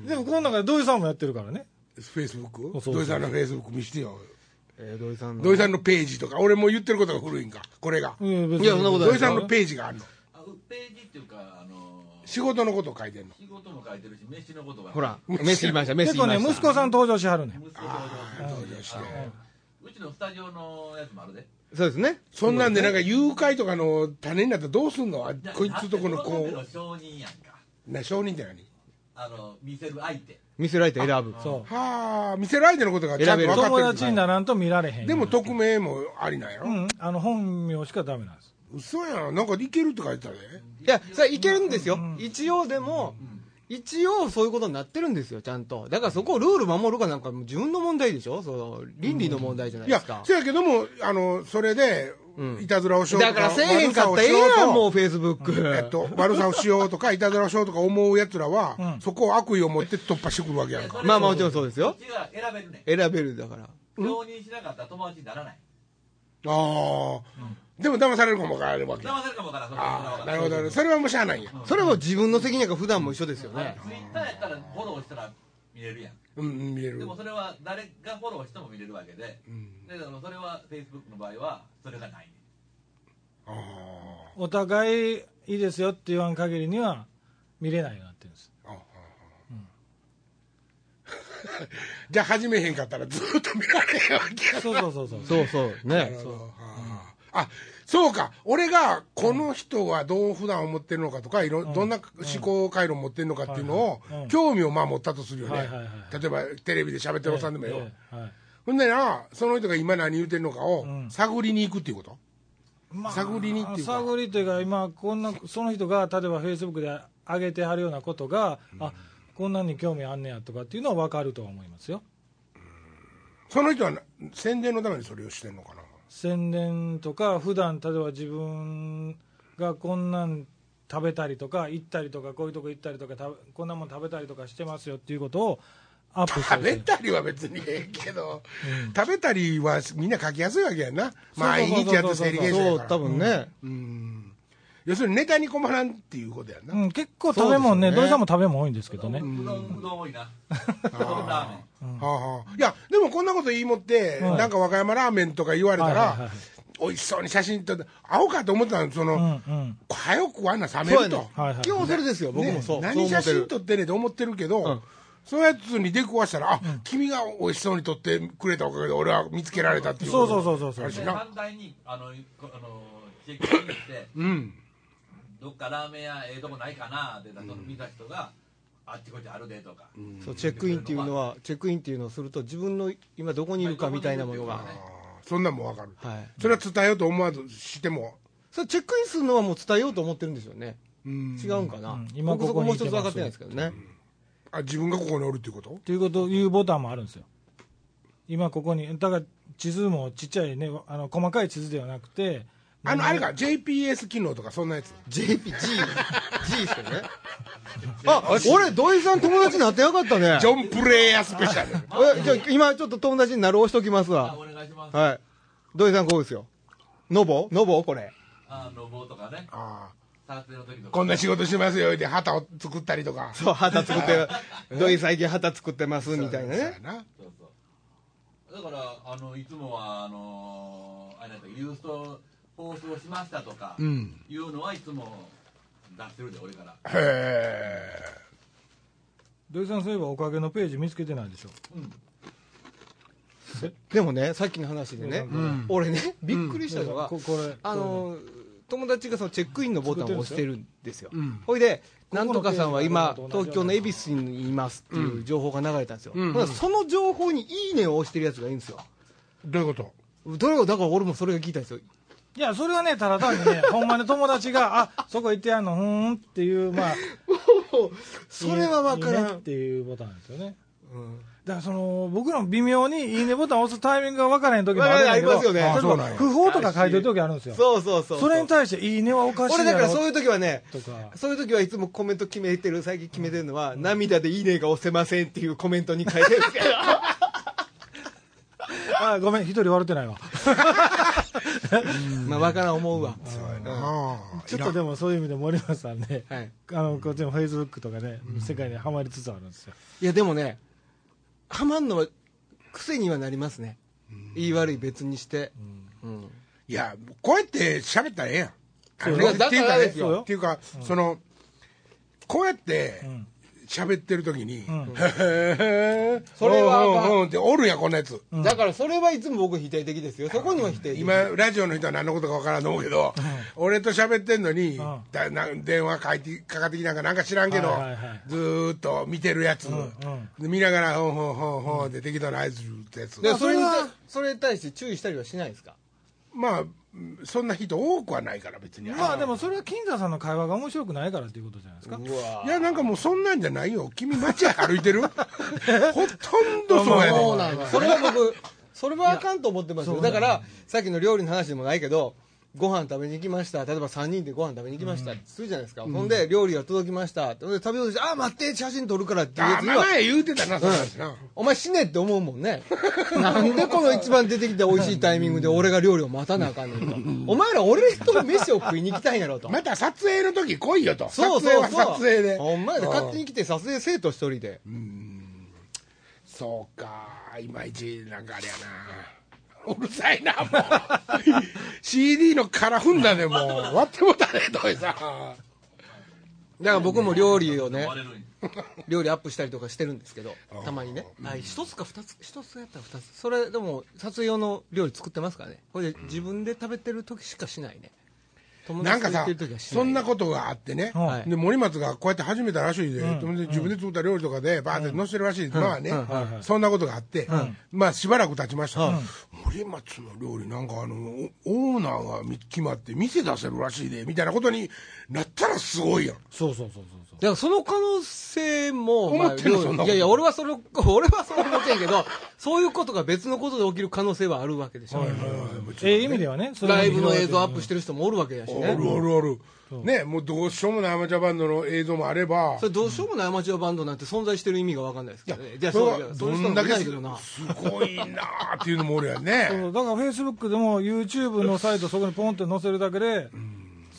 [SPEAKER 2] でもこの中で土井さんもやってるからね
[SPEAKER 1] うフェイスブッ
[SPEAKER 2] そう
[SPEAKER 1] ク
[SPEAKER 2] そう
[SPEAKER 1] 土井さんのフェイスブック見してよ
[SPEAKER 3] えー、土井さんの。
[SPEAKER 1] 土井さんのページとか俺もう言ってることが古いんかこれが
[SPEAKER 2] いや別に
[SPEAKER 3] いやそんなことない
[SPEAKER 1] 土井さんのページがあるの
[SPEAKER 4] あウッページっていうか、あのー、
[SPEAKER 1] 仕事のこと書いてんの
[SPEAKER 4] 仕事も書いてるし、飯のことは。
[SPEAKER 3] ほら、飯言いました、飯
[SPEAKER 2] 結
[SPEAKER 3] 言
[SPEAKER 2] 構
[SPEAKER 3] いま
[SPEAKER 2] ね
[SPEAKER 3] した。
[SPEAKER 2] 息子さん登場しはるねん
[SPEAKER 4] 息子と
[SPEAKER 1] 登場して
[SPEAKER 4] うちのスタジオのやつもあるで。
[SPEAKER 3] そうですね。
[SPEAKER 1] そんなんでなんか誘拐とかの種になったらどうすんのあこいつとこの
[SPEAKER 4] 子。
[SPEAKER 1] 子
[SPEAKER 4] の承認やんか。
[SPEAKER 1] な証人って何
[SPEAKER 4] あの、見せる相手。
[SPEAKER 3] 見せられて選ぶ。
[SPEAKER 2] そ
[SPEAKER 1] はあ見せる相手のことがちゃんと
[SPEAKER 3] 選べ
[SPEAKER 1] 分か
[SPEAKER 3] る
[SPEAKER 1] って
[SPEAKER 2] 友
[SPEAKER 1] る
[SPEAKER 2] 達にならんと見られへん
[SPEAKER 1] でも匿名もありなんやろ、
[SPEAKER 2] うんあの本名しかダメなんです
[SPEAKER 1] 嘘やんなんかいけるって書いてたで
[SPEAKER 3] いや、それいけるんですよ。一応でも、一応そういうことになってるんですよ、ちゃんと。だからそこをルール守るかなんか、自分の問題でしょその、倫理の問題じゃな
[SPEAKER 1] い
[SPEAKER 3] いで
[SPEAKER 1] や
[SPEAKER 3] すか。
[SPEAKER 1] せやけどもあのそれでいたずらをしようとか、
[SPEAKER 3] だからせえへんかったらええ
[SPEAKER 1] 悪
[SPEAKER 3] や
[SPEAKER 1] さをし
[SPEAKER 3] ん、
[SPEAKER 1] よ
[SPEAKER 3] も
[SPEAKER 1] う
[SPEAKER 3] う、フェイスブック。
[SPEAKER 1] とえっ と、悪さをしようとかいたずらをしようとか思うやつらは、そこを悪意を持って突破してくるわけやんか
[SPEAKER 3] まあまあもちろんそうですよ
[SPEAKER 4] こっちが選べるねん。
[SPEAKER 3] 選べるだから。
[SPEAKER 4] 承認しなかったら友達にならない。
[SPEAKER 1] ああ、でも騙されるかもわからんわけ
[SPEAKER 4] 騙せるかもわからん、それは
[SPEAKER 1] ああ
[SPEAKER 4] わか
[SPEAKER 1] な
[SPEAKER 4] らん
[SPEAKER 1] るほどそれはもうしゃあないんや
[SPEAKER 3] それは自分の責任やから普段も一緒ですよね。
[SPEAKER 4] ツイッターやったらフォローしたら見れるやん。
[SPEAKER 1] うんうん見える
[SPEAKER 4] でもそれは誰がフォローしても見れるわけで、でだからそれは Facebook の場合はそれがないね
[SPEAKER 1] あ
[SPEAKER 2] お互いいいですよって言わん限りには見れないようになってるんです
[SPEAKER 1] あああじゃあ始めへんかったらずっと見られへんわけや
[SPEAKER 2] そうそ うそうそう
[SPEAKER 3] そうそう。ね。
[SPEAKER 1] あそうか俺がこの人はどう普段思ってるのかとかいろ、どんな思考回路を持ってるのかっていうのを、
[SPEAKER 2] はいはいうん
[SPEAKER 1] 興味をまあ持ったとするよね、
[SPEAKER 2] はいはいはい
[SPEAKER 1] 例えばテレビで喋ってるおっさんでもよ、
[SPEAKER 2] ええはい
[SPEAKER 1] ほんでなその人が今何言ってるのかを
[SPEAKER 2] ん
[SPEAKER 1] 探りに行くっていうこと、
[SPEAKER 2] まあ
[SPEAKER 1] 探りにっていうか
[SPEAKER 2] 探りというか今こんなその人が例えばフェイスブックで上げてはるようなことが、あこんなんに興味あんねやとかっていうのは分かるとは思いますよ
[SPEAKER 1] その人はな宣伝のためにそれをしてるのかな
[SPEAKER 2] 宣伝とか普段例えば自分がこんなん食べたりとか行ったりとかこういうとこ行ったりとか食べこんなもん食べたりとかしてますよっていうことをアップした
[SPEAKER 1] 食
[SPEAKER 2] り
[SPEAKER 1] べ
[SPEAKER 2] してる
[SPEAKER 1] たりは別にええけど、食べたりはみんな書きやすいわけやんな毎日やって整理
[SPEAKER 2] う
[SPEAKER 1] 現象
[SPEAKER 3] そ
[SPEAKER 1] や
[SPEAKER 3] う
[SPEAKER 1] か、
[SPEAKER 3] 多
[SPEAKER 1] ら
[SPEAKER 3] 分ね。
[SPEAKER 1] うん要するにネタに困らんっていうことやんな、
[SPEAKER 2] うん、結構食べ物ね
[SPEAKER 3] そうですよね
[SPEAKER 2] 土井さんも食べ物多いんですけどね、
[SPEAKER 4] うどんうどん多 いなうどんラーメン
[SPEAKER 1] はあはあいやでもこんなこと言いもって、
[SPEAKER 2] はい
[SPEAKER 1] なんか和歌山ラーメンとか言われたら、
[SPEAKER 2] はいはいはい
[SPEAKER 1] 美味しそうに写真撮ってアホかと思ったのその、
[SPEAKER 2] うんうん
[SPEAKER 1] 早く食わんな冷める
[SPEAKER 3] そう
[SPEAKER 1] と、
[SPEAKER 3] やね
[SPEAKER 2] はいはい
[SPEAKER 3] 基本それですよ、僕もそう。
[SPEAKER 1] ね何写真撮
[SPEAKER 3] っ
[SPEAKER 1] ってねえと思ってるけど、
[SPEAKER 3] うん
[SPEAKER 1] そのやつに出くわしたらあ、君が美味しそうに撮ってくれたおかげで俺は見つけられたっていう
[SPEAKER 2] そうそうそうそうそう
[SPEAKER 1] あるし
[SPEAKER 4] で
[SPEAKER 1] な
[SPEAKER 4] 反対にあのこあの結婚 して
[SPEAKER 1] うん
[SPEAKER 4] どっかラーメン屋ええとこないかなって言ったらその見た人があっちこっちあるでとか
[SPEAKER 3] そうチェックインっていうのは、チェックインっていうのをすると、自分の今どこにいるかみたいなものが
[SPEAKER 4] まあどこにいるっていうのは。ね
[SPEAKER 1] そんなんもわかる、
[SPEAKER 3] はい。
[SPEAKER 1] それは伝えようと思わずしても、
[SPEAKER 3] それチェックインするのはもう伝えようと思ってるんでしょうね。
[SPEAKER 1] うん
[SPEAKER 3] 違うんかな。
[SPEAKER 2] うん今
[SPEAKER 3] 今僕
[SPEAKER 2] ここ
[SPEAKER 3] そこ
[SPEAKER 2] に
[SPEAKER 3] もう
[SPEAKER 2] いて
[SPEAKER 3] 一
[SPEAKER 2] ます
[SPEAKER 3] つ分かってないですけどね。
[SPEAKER 1] あ自分がここにおるっていうこと
[SPEAKER 2] というこというボタンもあるんですよ今ここにだから地図もちっちゃいねあの細かい地図ではなくて
[SPEAKER 1] あのあれか JPS 機能とかそんなやつ
[SPEAKER 3] JP、G、G ですよね。あ、俺、土井さん友達になってなかったね
[SPEAKER 1] ジ。ョンプレイヤースペシャル
[SPEAKER 3] えじゃあ今ちょっと友達になる押しときます
[SPEAKER 4] あ
[SPEAKER 3] わ
[SPEAKER 4] お。願いします
[SPEAKER 3] はい。土井さんこうですよ。ノボノボこれ。
[SPEAKER 4] あの棒とかね
[SPEAKER 1] ああ
[SPEAKER 4] 撮影の時とか
[SPEAKER 1] こんな仕事しますよで旗を作ったりとか
[SPEAKER 3] そう、旗作ってる。土井最近旗作ってます、みたいな
[SPEAKER 1] そう
[SPEAKER 3] ね
[SPEAKER 1] や。な
[SPEAKER 4] そうそうだからあのいつもはあのあれなんかユースト放送しましたとか
[SPEAKER 1] ん
[SPEAKER 4] いうのはいつも出してるで俺から
[SPEAKER 1] へえ
[SPEAKER 2] 土井さんそういえばおかげのページ見つけてないでしょ
[SPEAKER 3] でもね、さっきの話でね、俺ね、びっくりしたのが、
[SPEAKER 2] ここれ
[SPEAKER 3] あの友達がそのチェックインのボタンを押してるんですよ
[SPEAKER 1] ん、
[SPEAKER 3] ほいで、なんとかさんは今
[SPEAKER 2] ここの、ページ
[SPEAKER 3] 東京の恵比寿にいますっていう情報が流れたんですよ、ほなその情報にいいねを押してるやつがいるんですよ、
[SPEAKER 1] どういうこと
[SPEAKER 3] どれをだから俺もそれが聞いたんですよ、
[SPEAKER 2] いやそれはねただ単にね ほんまに友達があそこ行ってやんのふーんっていうまあ
[SPEAKER 3] それは分から
[SPEAKER 2] いいねっ
[SPEAKER 3] ん、
[SPEAKER 2] ていうボタンですよねだからその僕らも微妙に「いいね」ボタンを押すタイミングが分からへん時もあるんだけど
[SPEAKER 3] わかるありますよね
[SPEAKER 2] 例えば
[SPEAKER 1] そうなんや
[SPEAKER 2] 不法とか書いてる時あるんですよ
[SPEAKER 3] そうそうそう、
[SPEAKER 2] それに対して「いいね」はおかしい
[SPEAKER 3] 俺
[SPEAKER 2] や
[SPEAKER 3] だ
[SPEAKER 2] ろ
[SPEAKER 3] からそういう時はね、
[SPEAKER 2] とか
[SPEAKER 3] そういう時はいつもコメント決めてる、最近決めてるのは、涙でいいねが押せませんっていうコメントに書いてるんですよ。
[SPEAKER 2] あごめん一人笑ってないわ
[SPEAKER 3] まあ、わからん思うわ。
[SPEAKER 1] ああ
[SPEAKER 2] ちょっとでもそういう意味で森松さんね
[SPEAKER 3] はい。
[SPEAKER 2] あのこっちのフェイスブックとかね、世界にはまりつつあるんですよ
[SPEAKER 3] いや、でもね、ハマんのは癖にはなりますね。言い悪い別にして。うん
[SPEAKER 1] いやこうやって喋ったらええやんあの
[SPEAKER 3] そうよ
[SPEAKER 1] っていう
[SPEAKER 3] だか
[SPEAKER 1] からね
[SPEAKER 3] です
[SPEAKER 2] よ
[SPEAKER 1] っていうかそのこうやって
[SPEAKER 2] ん
[SPEAKER 1] 喋ってる時に
[SPEAKER 2] ん
[SPEAKER 1] 「へへへ
[SPEAKER 3] それは
[SPEAKER 1] うんうんうん」っておるやんこんなやつ
[SPEAKER 3] だからそれはいつも僕否定的ですよ。そこには否定的。
[SPEAKER 1] 今ラジオの人は何のことかわからんと思うけど俺と喋ってんのに
[SPEAKER 2] ん
[SPEAKER 1] だな電話かいてかかってきなんかなんか知らんけど
[SPEAKER 2] はいはいはい
[SPEAKER 1] ずーっと見てるやつで見ながら「ほんほんほんほん」で適当な合図打つやつ
[SPEAKER 3] でそれに
[SPEAKER 2] まあそれは
[SPEAKER 3] それに対して注意したりはしないですか
[SPEAKER 1] まあそんな人多くはないから別に
[SPEAKER 2] まあでもそれは金座さんの会話が面白くないからっていうことじゃないですか
[SPEAKER 3] わ
[SPEAKER 1] いやなんかもうそんなんじゃないよ君街歩いて るほとんどそうや
[SPEAKER 3] そう
[SPEAKER 1] ね
[SPEAKER 3] なんそれは 僕、それはあかんと思ってますよ。だから、さっきの料理の話でもないけど、ご飯食べに行きました。例えば3人でご飯食べに行きましたってするじゃないですか。ほんで、料理が届きました。ほんで、食べようとして、あー、待って、写真撮るからっていうや
[SPEAKER 1] あ
[SPEAKER 3] つには、
[SPEAKER 1] 前言うてたなそんなんな
[SPEAKER 3] お前死ねって思うも んね。なんでこの一番出てきた美味しいタイミングで俺が料理を待たなあかんねんと。お前ら俺と飯を食いに行きたいんや ろと。
[SPEAKER 1] また撮影の時来いよと
[SPEAKER 3] そうそうそう。
[SPEAKER 1] 撮影は撮影で
[SPEAKER 3] お前ら勝手に来て撮影せえと一人で。
[SPEAKER 1] そうかいまいちなんかあれやなうるさいなもう CD の殻踏んだねもう割ってもたね土井さん
[SPEAKER 3] だから僕も料理をね
[SPEAKER 4] 割、れるんです
[SPEAKER 3] 料理アップしたりとかしてるんですけど、たまにね。あ一つか二つ、一つやったら二つ。それでも撮影用の料理作ってますからね。これで自分で食べてる時しかしないね。友
[SPEAKER 1] なん
[SPEAKER 3] 達
[SPEAKER 1] か
[SPEAKER 3] と行っ
[SPEAKER 1] さ
[SPEAKER 3] てる時はしない。
[SPEAKER 1] そんなことがあってね、
[SPEAKER 3] はい
[SPEAKER 1] で森松がこうやって始めたらしいで、で自分で作った料理とかでバーって載せてるらしい、まあね、そんなことがあって、まあしばらく経ちました、堀江松の料理なんかあのおオーナーが決まって店出せるらしいでみたいなことになったらすごいやん
[SPEAKER 2] そうそうそうそうそう
[SPEAKER 3] だからその可能性も、
[SPEAKER 1] 思ってんの
[SPEAKER 3] 料理
[SPEAKER 1] そんなこと
[SPEAKER 3] いやいや、俺はその、 俺はそう思ってんけど、そういうことが別のことで起きる可能性はあるわけでしょ。
[SPEAKER 2] ええ意味ではね
[SPEAKER 3] ライブの映像アップしててる人もおるわけやし
[SPEAKER 1] お
[SPEAKER 3] ね。
[SPEAKER 1] るおるおる、ねもうどうしようもないアマチュアバンドの映像もあれば
[SPEAKER 3] それどうしようもないアマチュアバンドなんて存在してる意味がわかんないですけどね。
[SPEAKER 1] いや
[SPEAKER 3] じゃあ、
[SPEAKER 1] そ
[SPEAKER 3] そう
[SPEAKER 1] れは
[SPEAKER 3] じゃあそういう
[SPEAKER 1] どん
[SPEAKER 3] 人も
[SPEAKER 1] だ
[SPEAKER 3] い
[SPEAKER 1] け
[SPEAKER 3] ない
[SPEAKER 1] す
[SPEAKER 3] けどな。
[SPEAKER 1] すごいなーっていうのもおるやんね
[SPEAKER 2] そうだからフェイスブックでも YouTube のサイトそこにポンって載せるだけで、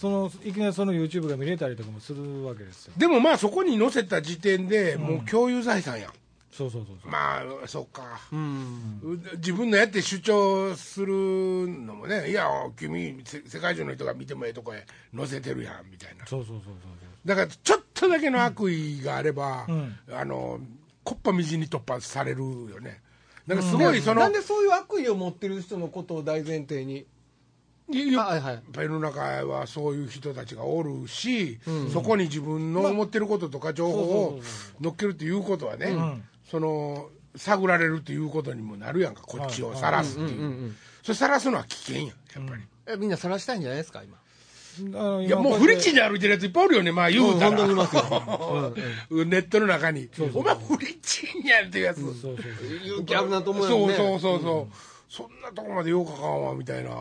[SPEAKER 2] そのいきなりその YouTube が見れたりとかもするわけですよ
[SPEAKER 1] でもまあそこに載せた時点でもう共有財産やん、
[SPEAKER 2] そうそうそうそう
[SPEAKER 1] まあそっか、
[SPEAKER 3] うん。
[SPEAKER 1] 自分のやって主張するのもねいや君せ世界中の人が見てもええとこへ載せてるやんみたいな
[SPEAKER 2] そうそうそうそう
[SPEAKER 1] だからちょっとだけの悪意があれば、
[SPEAKER 2] うん
[SPEAKER 1] あのこっぱみじんに突破されるよねなんかすごいその、
[SPEAKER 3] なんでそういう悪意を持ってる人のことを大前提に。
[SPEAKER 1] いや
[SPEAKER 3] はいはい
[SPEAKER 1] やっぱり世の中はそういう人たちがおるし、そこに自分の思ってることとか情報を乗っけるっていうことはね、その探られるっていうことにもなるやんかこっちを晒すっていう、それ晒すのは危険やんやっぱり、
[SPEAKER 3] え、みんな晒したいんじゃないですか、今。
[SPEAKER 2] あの
[SPEAKER 1] いや
[SPEAKER 2] 今
[SPEAKER 1] もう
[SPEAKER 2] こ
[SPEAKER 1] フ
[SPEAKER 2] や
[SPEAKER 1] リ
[SPEAKER 2] って
[SPEAKER 1] チンで歩いてるやついっぱいおるよねまあ言うたら、
[SPEAKER 3] うん本当にいますよ
[SPEAKER 1] ネットの中にお前フリチンやんっていうやつ、
[SPEAKER 2] そうそうそう
[SPEAKER 3] いうギャブなと思うよ
[SPEAKER 1] そう
[SPEAKER 3] ね。
[SPEAKER 1] そうそうそう、そんなとこまでようかかんわみたいな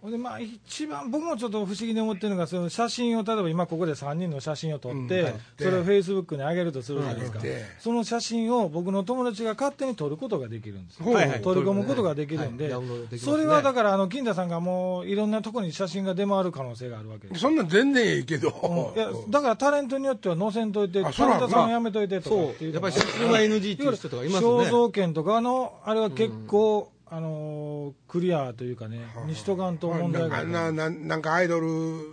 [SPEAKER 2] ほんでまあ一番僕もちょっと不思議に思ってるのがその写真を例えば今ここで3人の写真を撮って、それをフェイスブックに上げるとするじゃないですか、
[SPEAKER 1] 上げて
[SPEAKER 2] その写真を僕の友達が勝手に撮ることができるんですよ、
[SPEAKER 1] はいはい
[SPEAKER 2] 取り込むことができるんで,、
[SPEAKER 3] はいダウンロードできますね
[SPEAKER 2] それはだからあの金田さんがもういろんなところに写真が出回る可能性があるわけですよ、
[SPEAKER 1] そんなん全然ええけど、
[SPEAKER 2] うんいやだからタレントによっては載せんといて
[SPEAKER 1] あ
[SPEAKER 2] 金
[SPEAKER 1] そうなんだ
[SPEAKER 2] 田さんやめといてとか
[SPEAKER 3] そ。
[SPEAKER 2] っていうう
[SPEAKER 3] や
[SPEAKER 2] の
[SPEAKER 3] っ
[SPEAKER 2] が
[SPEAKER 3] ぱり出演は NG っていう人とかいますよね。
[SPEAKER 2] 肖像権とかのあれは結構、あのークリアというかね、にしとかんと問題があ
[SPEAKER 1] あ
[SPEAKER 2] る
[SPEAKER 1] んななんなんかアイドル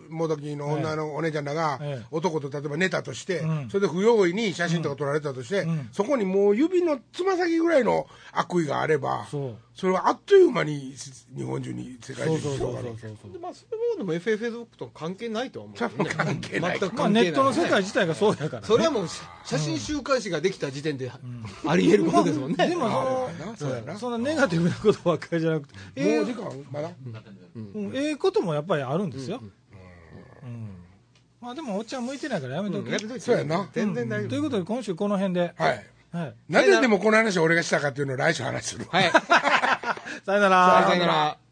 [SPEAKER 1] もどきの女のお姉ちゃんらが
[SPEAKER 2] ええ
[SPEAKER 1] 男と例えば寝たとして、
[SPEAKER 2] うん
[SPEAKER 1] それで不用意に写真とか撮られたとして、
[SPEAKER 2] ん
[SPEAKER 1] そこにもう指のつま先ぐらいの悪意があれば
[SPEAKER 2] そう
[SPEAKER 1] それはあっという間に日本中に世界中に
[SPEAKER 2] そうそうそう
[SPEAKER 1] 広
[SPEAKER 2] そ
[SPEAKER 1] が
[SPEAKER 2] う
[SPEAKER 1] る
[SPEAKER 2] そうそう
[SPEAKER 3] でまあ、それもでも FFS とは関係ないとは思うけどね、
[SPEAKER 1] 多分関係ない
[SPEAKER 3] 全く
[SPEAKER 2] まあ、
[SPEAKER 3] 関係
[SPEAKER 2] ネ
[SPEAKER 3] ない
[SPEAKER 2] ットの世界自体がそうやから、
[SPEAKER 3] それはもう写写真週刊誌ができた時点でありえることですもんね、
[SPEAKER 2] でもそ
[SPEAKER 1] なそうやな
[SPEAKER 2] の、そんなネガティブなことばっかりじゃなくて、ええ
[SPEAKER 1] もう時間まだ
[SPEAKER 2] うんええこともやっぱりあるんですよ。うんまあでも、おっちゃん向いてないからやめと
[SPEAKER 3] う
[SPEAKER 2] き、
[SPEAKER 3] んやめといて
[SPEAKER 1] そうやな
[SPEAKER 3] 全然大
[SPEAKER 2] と
[SPEAKER 3] 丈
[SPEAKER 2] い
[SPEAKER 3] 夫
[SPEAKER 2] うことで、今週この辺で、
[SPEAKER 1] はい
[SPEAKER 2] はい、
[SPEAKER 1] なんででもこの話を俺がしたかっていうのを来週話する
[SPEAKER 3] はい
[SPEAKER 2] さよなら。
[SPEAKER 3] さよなら